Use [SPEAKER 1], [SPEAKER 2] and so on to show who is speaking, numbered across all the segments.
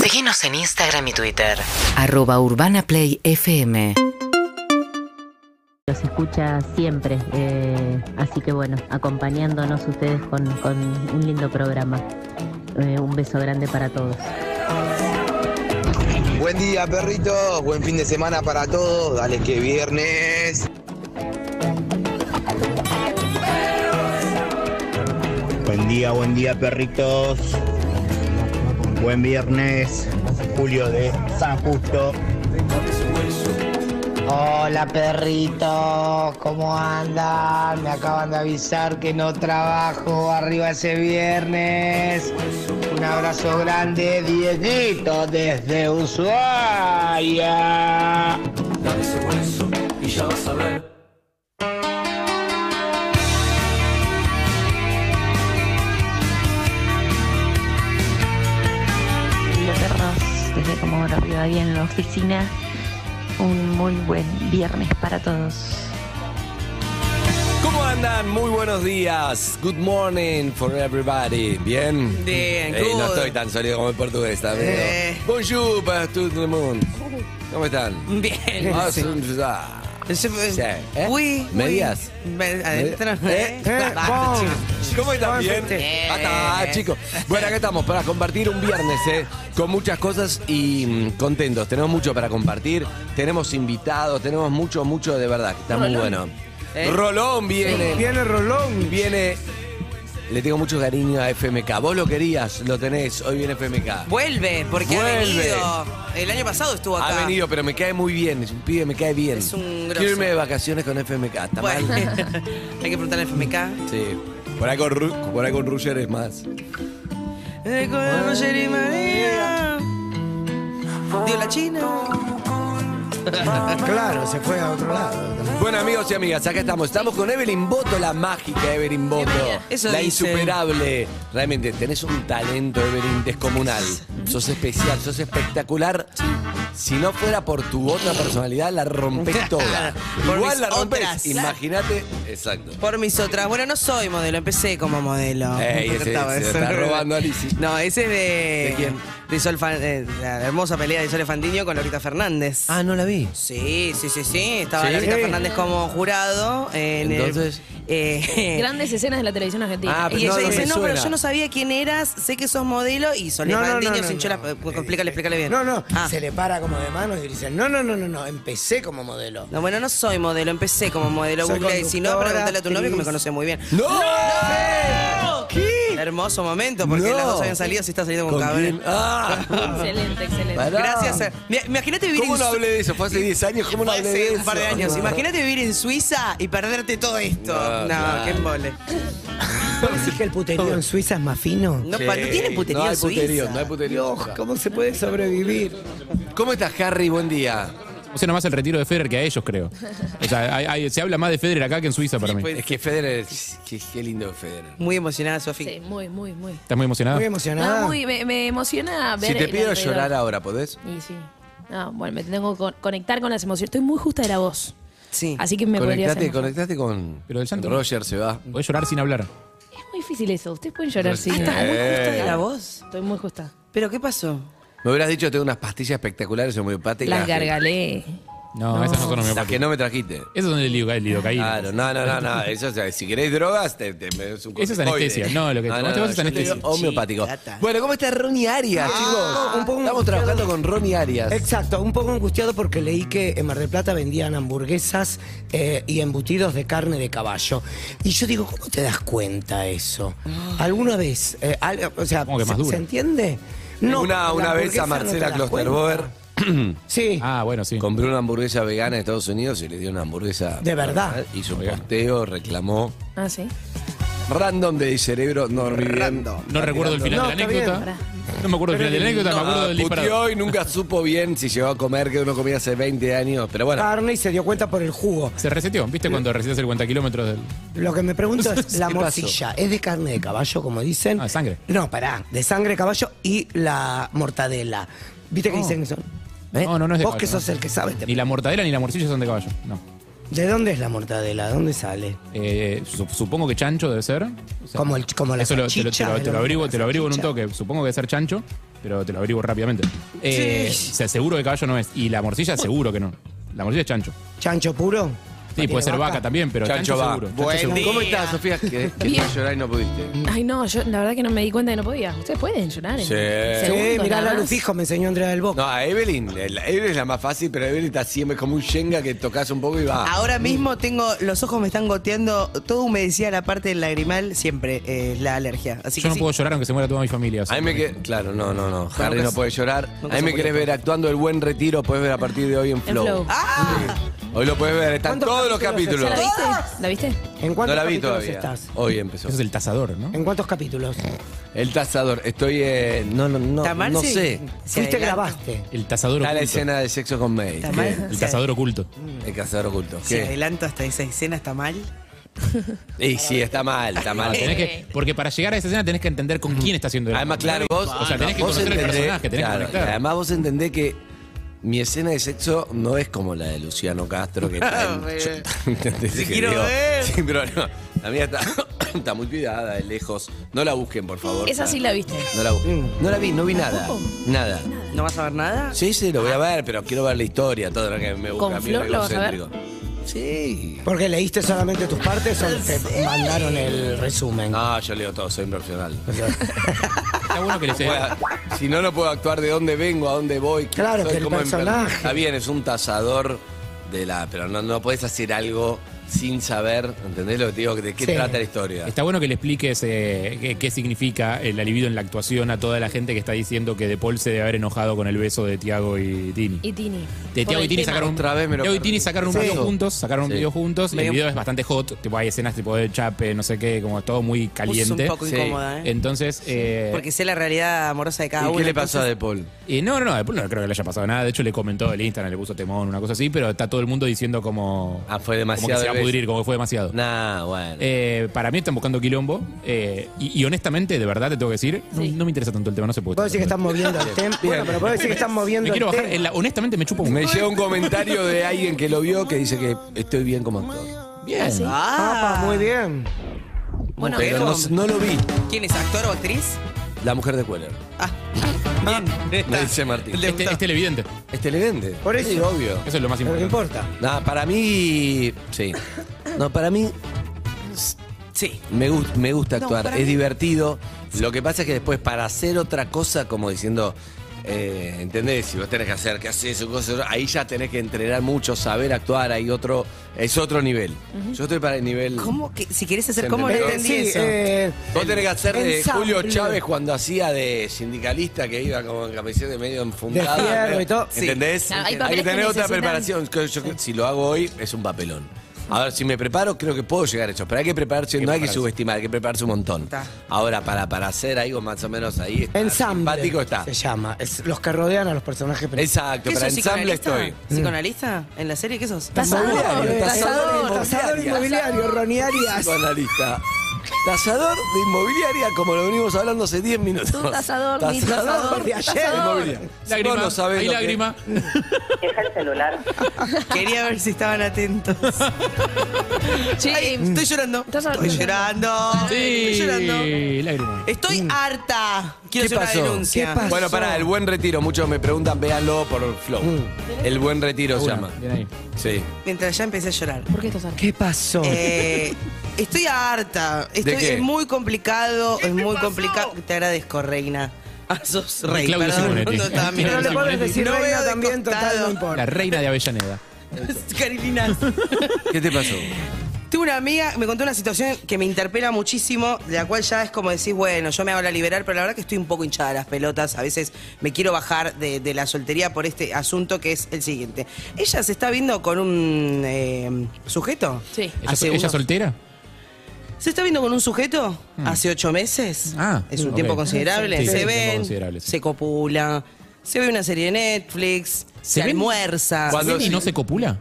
[SPEAKER 1] Seguinos en Instagram y Twitter.
[SPEAKER 2] Arroba Urbana Play FM.
[SPEAKER 3] Los escucha siempre, eh, así que bueno, acompañándonos ustedes con, con un lindo programa. Eh, un beso grande para todos.
[SPEAKER 4] Buen día, perritos. Buen fin de semana para todos. Dale que viernes.
[SPEAKER 5] Buen día, buen día, perritos. Buen viernes. Julio de San Justo.
[SPEAKER 6] Hola perritos, ¿cómo andan? Me acaban de avisar que no trabajo arriba ese viernes. Un abrazo grande, Dieguito, desde Ushuaia.
[SPEAKER 7] Los perros, desde como arriba bien en la oficina. Un muy buen viernes para todos.
[SPEAKER 8] ¿Cómo andan? Muy buenos días. Good morning for everybody. ¿Bien?
[SPEAKER 9] Bien,
[SPEAKER 8] Eh, no
[SPEAKER 9] good.
[SPEAKER 8] estoy tan sólido como el portugués, también.
[SPEAKER 9] Eh.
[SPEAKER 8] Bonjour para todo el mundo. ¿Cómo están?
[SPEAKER 9] Bien.
[SPEAKER 8] Ah,
[SPEAKER 9] Sí.
[SPEAKER 8] son- ah.
[SPEAKER 9] Sí,
[SPEAKER 8] ¿eh?
[SPEAKER 9] Uy, uy.
[SPEAKER 8] ¿Medias?
[SPEAKER 9] Me- Adentro.
[SPEAKER 8] Eh, eh,
[SPEAKER 9] Basta,
[SPEAKER 8] vamos. este.
[SPEAKER 9] chicos.
[SPEAKER 8] ¿Cómo están? ¿Bien?
[SPEAKER 9] Bien.
[SPEAKER 8] Basta, chicos. Bueno, acá estamos para compartir un viernes, ¿eh? Con muchas cosas y mm, contentos. Tenemos mucho para compartir, tenemos invitados, tenemos mucho, mucho de verdad, que está muy bueno.
[SPEAKER 9] Eh.
[SPEAKER 8] Rolón viene. Viene Rolón. Viene. Le tengo mucho cariño a FMK. Vos lo querías, lo tenés. Hoy viene FMK.
[SPEAKER 9] Vuelve, porque ha
[SPEAKER 8] Vuelve.
[SPEAKER 9] venido. El año pasado estuvo
[SPEAKER 8] Ha
[SPEAKER 9] acá.
[SPEAKER 8] venido, pero me cae muy bien. Es un pibe, me cae bien.
[SPEAKER 9] Es un grosso.
[SPEAKER 8] Quiero irme de vacaciones con FMK. Está
[SPEAKER 9] Bueno,
[SPEAKER 8] mal.
[SPEAKER 9] hay que preguntarle al FMK.
[SPEAKER 8] Sí. Por ahí con, Ru- por ahí con Ruger es más.
[SPEAKER 9] Eh, con el Roger y María. Dio la China.
[SPEAKER 10] Claro, se fue a otro lado.
[SPEAKER 8] Bueno, amigos y amigas, acá estamos. Estamos con Evelyn Boto, la mágica Evelyn Boto.
[SPEAKER 9] Eso
[SPEAKER 8] la
[SPEAKER 9] dicen.
[SPEAKER 8] insuperable. Realmente, tenés un talento, Evelyn, descomunal. Sos especial, sos espectacular. Si no fuera por tu otra personalidad, la rompés toda.
[SPEAKER 9] Por
[SPEAKER 8] Igual
[SPEAKER 9] mis
[SPEAKER 8] la rompes.
[SPEAKER 9] otras.
[SPEAKER 8] Imagínate. Exacto.
[SPEAKER 9] Por mis otras. Bueno, no soy modelo, empecé como modelo.
[SPEAKER 8] Ey,
[SPEAKER 9] Me
[SPEAKER 8] ese
[SPEAKER 9] encantaba
[SPEAKER 8] se
[SPEAKER 9] eso.
[SPEAKER 8] está robando a Lizzy.
[SPEAKER 9] No, ese es de.
[SPEAKER 8] ¿De quién?
[SPEAKER 9] de Sol Fan- eh, la hermosa pelea de Sol Fandiño con Lorita Fernández.
[SPEAKER 8] Ah, no la vi.
[SPEAKER 9] Sí, sí, sí, sí. Estaba
[SPEAKER 8] ¿Sí?
[SPEAKER 9] Lorita
[SPEAKER 8] Sí.
[SPEAKER 9] Fernández como jurado. En el-
[SPEAKER 8] Entonces.
[SPEAKER 9] eh,
[SPEAKER 7] Grandes escenas de la televisión argentina.
[SPEAKER 8] Ah, pero
[SPEAKER 9] y ella
[SPEAKER 8] no, no
[SPEAKER 9] dice,
[SPEAKER 8] me
[SPEAKER 9] no, pero
[SPEAKER 8] suena".
[SPEAKER 9] yo no sabía quién eras, sé que sos modelo y Sol
[SPEAKER 10] No, no, no,
[SPEAKER 9] Fandiño
[SPEAKER 10] no,
[SPEAKER 9] se hinchó
[SPEAKER 10] no.
[SPEAKER 9] la- Explícale, explícale bien.
[SPEAKER 10] No, no,
[SPEAKER 9] Ah.
[SPEAKER 10] se le para como de manos y dice, no, no, no, no, no, empecé como modelo.
[SPEAKER 9] No, bueno, no soy modelo, empecé como modelo.
[SPEAKER 10] Soy
[SPEAKER 9] Google, y si no,
[SPEAKER 10] conductora,
[SPEAKER 9] pregúntale a tu novio que me
[SPEAKER 10] actriz.
[SPEAKER 9] conoce muy bien.
[SPEAKER 8] ¡No!
[SPEAKER 9] ¿Qué? Hermoso momento, porque
[SPEAKER 8] No.
[SPEAKER 9] las dos habían salido, si está saliendo con,
[SPEAKER 8] ¿Con
[SPEAKER 9] cabrón.
[SPEAKER 8] quién? Ah.
[SPEAKER 7] Excelente, excelente.
[SPEAKER 8] Pará.
[SPEAKER 9] Gracias. a- Mira, Imagínate vivir
[SPEAKER 8] ¿Cómo
[SPEAKER 9] en
[SPEAKER 8] no
[SPEAKER 9] Su-
[SPEAKER 8] hablé de eso? Fue hace 10 años. ¿Cómo no hablé de
[SPEAKER 9] Hace
[SPEAKER 8] eso?
[SPEAKER 9] un par de años. Imagínate vivir en Suiza y perderte todo esto.
[SPEAKER 8] No,
[SPEAKER 9] No,
[SPEAKER 8] claro.
[SPEAKER 9] qué embole.
[SPEAKER 10] ¿Vos decís que el puterío en Suiza es más fino?
[SPEAKER 9] No,
[SPEAKER 8] Sí.
[SPEAKER 9] pa- no tiene puterío
[SPEAKER 8] No hay
[SPEAKER 9] en Suiza.
[SPEAKER 8] puterío, no hay puterío.
[SPEAKER 10] Dios, ¿cómo se puede sobrevivir?
[SPEAKER 8] ¿Cómo estás, Harry? Buen día.
[SPEAKER 11] Emociona más el retiro de Federer que a ellos, creo. O sea, hay- hay- se habla más de Federer acá que en Suiza para mí.
[SPEAKER 8] Es que Federer, es- qué, qué lindo Federer.
[SPEAKER 9] Muy emocionada, Sofi.
[SPEAKER 7] Sí, muy, muy, muy.
[SPEAKER 11] ¿Estás muy emocionado?
[SPEAKER 10] Muy
[SPEAKER 7] No,
[SPEAKER 10] emocionada.
[SPEAKER 7] muy, me, me emociona ver.
[SPEAKER 8] Si te
[SPEAKER 7] el
[SPEAKER 8] pido
[SPEAKER 7] alrededor.
[SPEAKER 8] llorar ahora, ¿podés?
[SPEAKER 7] Y sí. No, bueno, me tengo que con- conectar con las emociones. Estoy muy justa de la voz.
[SPEAKER 9] Sí.
[SPEAKER 7] Así que me podría hacer
[SPEAKER 8] conectate,
[SPEAKER 7] mejor.
[SPEAKER 8] conectate con
[SPEAKER 11] Pero del santo-
[SPEAKER 8] Roger se va.
[SPEAKER 11] Podés llorar sin hablar.
[SPEAKER 7] Es muy difícil eso. Ustedes pueden llorar sin.
[SPEAKER 8] Ah, está, muy justa de
[SPEAKER 9] la voz.
[SPEAKER 7] Estoy muy justa.
[SPEAKER 9] ¿Pero qué pasó?
[SPEAKER 8] Me hubieras dicho tengo unas pastillas espectaculares homeopáticas.
[SPEAKER 7] Las gargalé.
[SPEAKER 11] No, esas no son
[SPEAKER 8] Las que
[SPEAKER 11] homeopáticas.
[SPEAKER 8] no me trajiste.
[SPEAKER 11] Esas son el lidocaína. El lidocaína.
[SPEAKER 8] Claro, no, no, no, no. Eso, o sea, si querés drogas, te, te me des un
[SPEAKER 11] Eso es
[SPEAKER 8] corticoide.
[SPEAKER 11] anestesia. No, lo que vos te vas es
[SPEAKER 8] yo
[SPEAKER 11] anestesia.
[SPEAKER 8] te digo Homeopático.
[SPEAKER 10] Chicata.
[SPEAKER 8] Bueno, ¿cómo está Ronnie Arias, chicos?
[SPEAKER 10] Ah, un poco
[SPEAKER 8] Estamos trabajando con Ronnie Arias.
[SPEAKER 10] Exacto, un poco angustiado porque leí que en Mar del Plata vendían hamburguesas eh, y embutidos de carne de caballo. Y yo digo, ¿cómo te das cuenta eso? ¿Alguna vez? eh, al- o sea,
[SPEAKER 11] Como que más
[SPEAKER 10] ¿se,
[SPEAKER 11] duro.
[SPEAKER 10] se entiende?
[SPEAKER 8] una
[SPEAKER 10] la
[SPEAKER 8] una vez
[SPEAKER 10] hamburguesa
[SPEAKER 8] a
[SPEAKER 10] no
[SPEAKER 8] Marcela
[SPEAKER 10] te das
[SPEAKER 8] Klosterboer
[SPEAKER 10] cuenta. Sí.
[SPEAKER 11] Ah, bueno, sí.
[SPEAKER 8] compré una hamburguesa vegana en Estados Unidos y le dio una hamburguesa.
[SPEAKER 10] De verdad.
[SPEAKER 8] Hizo un posteo, reclamó.
[SPEAKER 7] Ah, sí.
[SPEAKER 8] Random de cerebro, no dormí bien.
[SPEAKER 11] No recuerdo el final
[SPEAKER 10] No,
[SPEAKER 11] de la
[SPEAKER 10] está bien.
[SPEAKER 11] anécdota. No me acuerdo el final de la anécdota, me acuerdo del
[SPEAKER 8] Ah,
[SPEAKER 11] disparador.
[SPEAKER 8] puteó y nunca supo bien si llegó a comer, que uno comía hace 20 años. Pero bueno,
[SPEAKER 10] Carne y se dio cuenta por el jugo.
[SPEAKER 11] Se reseteó, ¿viste? Cuando reseteas el 40 kilómetros del.
[SPEAKER 10] Lo que me pregunto es, la
[SPEAKER 8] ¿Qué pasó?
[SPEAKER 10] morcilla, ¿es de carne de caballo, como dicen?
[SPEAKER 11] Ah, de sangre.
[SPEAKER 10] No, pará, de sangre de caballo y la mortadela.
[SPEAKER 8] Oh.
[SPEAKER 10] ¿Viste que dicen que son?
[SPEAKER 11] No, no, no es de
[SPEAKER 10] Vos que
[SPEAKER 11] caballo,
[SPEAKER 10] sos
[SPEAKER 11] no.
[SPEAKER 10] el que sabe. te-
[SPEAKER 11] Ni la mortadela ni la morcilla son de caballo. No.
[SPEAKER 10] ¿De dónde es la mortadela? ¿Dónde sale?
[SPEAKER 11] Eh, su- supongo que chancho debe ser.
[SPEAKER 10] Como el- como la
[SPEAKER 11] Eso lo, te, lo, te,
[SPEAKER 10] salchicha,
[SPEAKER 11] lo, te lo
[SPEAKER 10] el-
[SPEAKER 11] averiguo,
[SPEAKER 10] la
[SPEAKER 11] te lo averiguo en un
[SPEAKER 10] salchicha.
[SPEAKER 11] toque. Supongo que debe ser chancho, pero te lo averiguo rápidamente. Eh,
[SPEAKER 10] Sí.
[SPEAKER 11] O sea, seguro que caballo no es. Y la morcilla seguro que no. La morcilla es chancho.
[SPEAKER 10] ¿Chancho puro?
[SPEAKER 11] Sí, puede ser vaca, también, pero chancho,
[SPEAKER 8] va.
[SPEAKER 11] seguro. chancho
[SPEAKER 8] Buen
[SPEAKER 11] seguro.
[SPEAKER 8] día. ¿Cómo estás, Sofía? Que, que
[SPEAKER 12] Bien.
[SPEAKER 8] te llorar y no pudiste.
[SPEAKER 12] Ay, no, yo la verdad que no me di cuenta que no podía. Ustedes pueden llorar. en
[SPEAKER 8] Sí.
[SPEAKER 12] segundos
[SPEAKER 10] Sí, mirá,
[SPEAKER 12] nada
[SPEAKER 10] Lalu
[SPEAKER 12] más.
[SPEAKER 10] Fijo me enseñó Andrea del Boca.
[SPEAKER 8] No, a Evelyn, eh, la- Evelyn es la más fácil, pero Evelyn está siempre como un yenga que tocas un poco y
[SPEAKER 10] Ah,
[SPEAKER 8] va.
[SPEAKER 9] Ahora mismo tengo, los ojos me están goteando, todo humedecía la parte del lagrimal, siempre eh, la alergia. Así
[SPEAKER 11] Yo
[SPEAKER 9] que
[SPEAKER 11] no
[SPEAKER 9] sí.
[SPEAKER 11] puedo llorar aunque se muera toda mi familia. o sea,
[SPEAKER 8] A mí me que- Claro, no, no, no. Harry
[SPEAKER 11] nunca
[SPEAKER 8] no
[SPEAKER 11] se-
[SPEAKER 8] puede llorar.
[SPEAKER 11] nunca
[SPEAKER 8] A mí
[SPEAKER 11] se
[SPEAKER 8] me
[SPEAKER 11] murió.
[SPEAKER 8] querés ver actuando el buen retiro, puedes ver a partir de hoy en
[SPEAKER 12] En
[SPEAKER 8] Flow.
[SPEAKER 12] Flow.
[SPEAKER 8] Hoy lo puedes ver, están todos los capítulos.
[SPEAKER 12] ¿La viste?
[SPEAKER 8] Ah.
[SPEAKER 12] ¿La viste?
[SPEAKER 10] ¿En
[SPEAKER 8] No
[SPEAKER 10] cuántos
[SPEAKER 8] la vi
[SPEAKER 10] capítulos
[SPEAKER 8] todavía.
[SPEAKER 10] estás?
[SPEAKER 8] Hoy empezó.
[SPEAKER 11] Eso es el tazador, ¿no?
[SPEAKER 10] ¿En cuántos capítulos?
[SPEAKER 8] El tazador. Estoy. eh, no, no, no.
[SPEAKER 10] ¿Tamar
[SPEAKER 8] No
[SPEAKER 10] se-
[SPEAKER 8] sé.
[SPEAKER 10] se Fuiste, adelanta? grabaste.
[SPEAKER 11] El tazador
[SPEAKER 8] Está la
[SPEAKER 11] oculto.
[SPEAKER 8] escena de sexo con May.
[SPEAKER 9] Tamar
[SPEAKER 8] Bien.
[SPEAKER 9] se- El tazador
[SPEAKER 11] oculto.
[SPEAKER 8] El cazador oculto.
[SPEAKER 9] Si
[SPEAKER 8] ¿Qué?
[SPEAKER 9] adelanto hasta esa escena, está mal.
[SPEAKER 8] Y sí, está mal, está mal.
[SPEAKER 11] Tenés
[SPEAKER 10] Eh.
[SPEAKER 11] que- porque para llegar a esa escena tenés que entender con quién está haciendo el
[SPEAKER 8] Además, claro, vos.
[SPEAKER 11] O sea, tenés que
[SPEAKER 8] vos
[SPEAKER 11] conocer el
[SPEAKER 8] entendés-
[SPEAKER 11] personaje, tenés
[SPEAKER 8] claro,
[SPEAKER 11] que conectar.
[SPEAKER 8] Además, vos entendés que mi escena de sexo no es como la de Luciano Castro, que está en-
[SPEAKER 9] Re.
[SPEAKER 8] yo- ¿entendés?
[SPEAKER 9] Te
[SPEAKER 8] Que
[SPEAKER 9] quiero
[SPEAKER 8] digo,
[SPEAKER 9] ver.
[SPEAKER 8] sí, pero no, la mía está, está muy cuidada, de lejos. No la busquen, por favor.
[SPEAKER 12] Esa sí la viste.
[SPEAKER 8] No la,
[SPEAKER 9] Mm.
[SPEAKER 8] bu- no la vi, no vi nada. Nada.
[SPEAKER 9] ¿No vas a ver nada?
[SPEAKER 8] Sí, sí, lo voy a ver, pero quiero ver la historia, todo lo que me gusta
[SPEAKER 9] ¿Con
[SPEAKER 8] a mí,
[SPEAKER 9] Flor lo vas a ver?
[SPEAKER 8] egocéntrico. Sí.
[SPEAKER 10] ¿Porque leíste solamente tus partes o te mandaron el resumen?
[SPEAKER 8] No, yo leo todo, soy un profesional.
[SPEAKER 11] Está bueno que le sea.
[SPEAKER 8] Si no, no puedo actuar de dónde vengo, a dónde voy. quién
[SPEAKER 10] Claro,
[SPEAKER 8] soy,
[SPEAKER 10] que el
[SPEAKER 8] cómo emprendo.
[SPEAKER 10] personaje.
[SPEAKER 8] Está bien, es un tasador de la. Pero no, no puedes hacer algo sin saber, ¿entendés lo que te digo? ¿De qué
[SPEAKER 11] Sí.
[SPEAKER 8] trata la historia?
[SPEAKER 11] Está bueno que le expliques eh, qué, qué significa el libido en la actuación a toda la gente que está diciendo que De Paul se debe haber enojado con el beso de Tiago y Tini.
[SPEAKER 12] Y Tini.
[SPEAKER 11] De
[SPEAKER 12] Por
[SPEAKER 11] Tiago y
[SPEAKER 12] el
[SPEAKER 11] Tini
[SPEAKER 12] tema.
[SPEAKER 11] sacaron, Tiago y Tini sacaron un
[SPEAKER 12] Sí.
[SPEAKER 11] video juntos, sacaron un
[SPEAKER 8] Sí.
[SPEAKER 11] video juntos, y el
[SPEAKER 8] Medio-
[SPEAKER 11] video es bastante hot, tipo hay escenas tipo de chape, no sé qué, como todo muy caliente.
[SPEAKER 9] poco incómoda, ¿eh?
[SPEAKER 11] Entonces, eh,
[SPEAKER 9] Porque sé la realidad amorosa de cada uno. entonces-
[SPEAKER 8] Paul?
[SPEAKER 11] Y no, no, no, De Paul no creo que le haya pasado nada. De hecho, le comentó el Instagram, le puso temón, una cosa así, pero está todo el mundo diciendo como.
[SPEAKER 8] Ah, fue
[SPEAKER 11] Como
[SPEAKER 8] demasiado
[SPEAKER 11] que se va a
[SPEAKER 8] de
[SPEAKER 11] pudrir,
[SPEAKER 8] veces.
[SPEAKER 11] como que fue demasiado.
[SPEAKER 8] Nah, bueno.
[SPEAKER 11] Eh, para mí están buscando quilombo. eh, y, y honestamente, de verdad te tengo que decir, no, no me interesa tanto el tema, no sé por qué.
[SPEAKER 10] Puedo decir que están moviendo el tempo. Bueno, pero puedo decir que están moviendo
[SPEAKER 11] Me quiero
[SPEAKER 10] el
[SPEAKER 11] bajar,
[SPEAKER 10] tempo.
[SPEAKER 11] en la- honestamente me chupa un
[SPEAKER 8] Me llega un comentario de alguien que lo vio que dice que estoy bien como actor.
[SPEAKER 11] Bien.
[SPEAKER 9] Ah.
[SPEAKER 10] Papa, muy bien.
[SPEAKER 9] Bueno,
[SPEAKER 8] pero no,
[SPEAKER 9] pero-
[SPEAKER 8] no lo vi.
[SPEAKER 9] ¿Quién es, actor o actriz? Ah,
[SPEAKER 8] La mujer de Queller.
[SPEAKER 9] Bien.
[SPEAKER 8] Me dice Martín.
[SPEAKER 9] Le
[SPEAKER 11] Este,
[SPEAKER 9] gustó.
[SPEAKER 11] este evidente.
[SPEAKER 8] Este le vende.
[SPEAKER 10] Por eso.
[SPEAKER 8] Sí, obvio.
[SPEAKER 11] Eso es lo más
[SPEAKER 10] Pero no
[SPEAKER 11] importante.
[SPEAKER 10] importa.
[SPEAKER 8] Nah, para mí. Sí. No, para mí
[SPEAKER 9] Sí.
[SPEAKER 8] Me, gus- me gusta
[SPEAKER 9] No,
[SPEAKER 8] actuar,
[SPEAKER 9] para
[SPEAKER 8] es
[SPEAKER 9] mí-
[SPEAKER 8] divertido. Lo que pasa es que después para hacer otra cosa, como diciendo, eh, ¿entendés? Si vos tenés que hacer, que haces? Su cosa, ahí ya tenés que entrenar mucho, saber actuar, hay otro, es otro nivel. Yo estoy para el nivel...
[SPEAKER 9] ¿Cómo que, si querés hacer
[SPEAKER 8] ¿Se
[SPEAKER 9] cómo no
[SPEAKER 8] entendió?
[SPEAKER 9] entendí
[SPEAKER 10] Sí,
[SPEAKER 9] eso?
[SPEAKER 10] eh,
[SPEAKER 8] Vos tenés que hacer de
[SPEAKER 10] Ensamble.
[SPEAKER 8] Julio Chávez cuando hacía de sindicalista que iba como en camiseta de medio enfundada.
[SPEAKER 10] De fierro y todo.
[SPEAKER 8] ¿Entendés?
[SPEAKER 12] Sí. Claro, hay
[SPEAKER 8] hay
[SPEAKER 12] papeles
[SPEAKER 8] que
[SPEAKER 12] que
[SPEAKER 8] tener otra
[SPEAKER 12] necesitan-
[SPEAKER 8] preparación. Yo- yo- si lo hago hoy, es un papelón. Ahora, si me preparo, creo que puedo llegar a eso. Pero hay que prepararse,
[SPEAKER 11] Hay que
[SPEAKER 8] no hay que
[SPEAKER 11] prepararse.
[SPEAKER 8] subestimar, hay que prepararse un montón.
[SPEAKER 9] Está.
[SPEAKER 8] Ahora, para, para hacer algo más o menos ahí, está,
[SPEAKER 10] Ensamble.
[SPEAKER 8] simpático está.
[SPEAKER 10] Se llama. Es los que rodean a los personajes principales.
[SPEAKER 8] Exacto,
[SPEAKER 9] ¿Qué
[SPEAKER 8] para
[SPEAKER 9] sos,
[SPEAKER 8] ensamble
[SPEAKER 9] psicoanalista?
[SPEAKER 8] estoy.
[SPEAKER 9] ¿Psicoanalista? ¿En la serie qué sos?
[SPEAKER 8] Inmobiliario,
[SPEAKER 10] Tasador,
[SPEAKER 8] de
[SPEAKER 10] tasador
[SPEAKER 8] inmobiliaria.
[SPEAKER 10] inmobiliario, Ronnie Arias.
[SPEAKER 8] Psicoanalista. Tasador de inmobiliaria, como lo venimos hablando hace 10 minutos.
[SPEAKER 12] Tú tasador, mi
[SPEAKER 8] tasador
[SPEAKER 12] tasador,
[SPEAKER 8] de ayer.
[SPEAKER 12] tasador.
[SPEAKER 8] Inmobiliaria.
[SPEAKER 11] Lágrima,
[SPEAKER 8] Vos no sabés
[SPEAKER 11] hay
[SPEAKER 8] lo que-
[SPEAKER 11] lágrima.
[SPEAKER 9] Quería ver si estaban atentos.
[SPEAKER 12] Sí,
[SPEAKER 9] Ay, estoy llorando.
[SPEAKER 12] Estás
[SPEAKER 9] Estoy llorando. Estoy llorando.
[SPEAKER 11] Sí, lágrima.
[SPEAKER 9] Estoy harta. Quiero
[SPEAKER 8] ¿Qué
[SPEAKER 9] hacer
[SPEAKER 8] pasó?
[SPEAKER 9] una denuncia.
[SPEAKER 10] ¿Qué pasó?
[SPEAKER 8] Bueno, pará, el buen retiro. Muchos me preguntan, véanlo por Flow.
[SPEAKER 9] Mm.
[SPEAKER 8] El buen retiro se
[SPEAKER 11] Una,
[SPEAKER 8] llama.
[SPEAKER 11] bien ahí.
[SPEAKER 8] Sí.
[SPEAKER 9] Mientras ya empecé a llorar.
[SPEAKER 12] ¿Por qué estás harta?
[SPEAKER 10] ¿Qué pasó?
[SPEAKER 9] Eh, estoy harta. Estoy,
[SPEAKER 8] qué?
[SPEAKER 9] Es muy complicado. Es muy complicado. Te agradezco, reina. Ah, sos rey.
[SPEAKER 11] Claudio
[SPEAKER 9] perdón,
[SPEAKER 11] Simonetti.
[SPEAKER 9] no estaba
[SPEAKER 11] Pero
[SPEAKER 10] Pero
[SPEAKER 9] mirando.
[SPEAKER 10] le puedes decir
[SPEAKER 9] No
[SPEAKER 10] reina
[SPEAKER 9] veo de
[SPEAKER 10] también, total, no
[SPEAKER 9] costado.
[SPEAKER 11] La
[SPEAKER 10] importa.
[SPEAKER 11] reina de Avellaneda.
[SPEAKER 9] Carilinas.
[SPEAKER 8] ¿Qué te pasó?
[SPEAKER 9] Tuve una amiga, me contó una situación que me interpela muchísimo, de la cual ya es como decís, bueno, yo me hago la liberal, pero la verdad que estoy un poco hinchada de las pelotas, a veces me quiero bajar de, de la soltería por este asunto que es el siguiente. Ella se está viendo con un eh, sujeto.
[SPEAKER 12] Sí.
[SPEAKER 11] ¿Ella,
[SPEAKER 9] Hace
[SPEAKER 11] ella
[SPEAKER 9] unos-
[SPEAKER 11] soltera?
[SPEAKER 9] ¿Se está viendo con un sujeto hace ocho meses?
[SPEAKER 11] Mm. Ah,
[SPEAKER 9] es un
[SPEAKER 11] ok.
[SPEAKER 9] tiempo considerable.
[SPEAKER 11] Sí, es
[SPEAKER 9] se
[SPEAKER 11] un tiempo
[SPEAKER 9] ven,
[SPEAKER 11] considerable, sí.
[SPEAKER 9] se copula, se ve una serie de Netflix, se,
[SPEAKER 11] ¿Se ven?
[SPEAKER 9] almuerza.
[SPEAKER 8] Cuando-
[SPEAKER 11] ¿Y no se copula?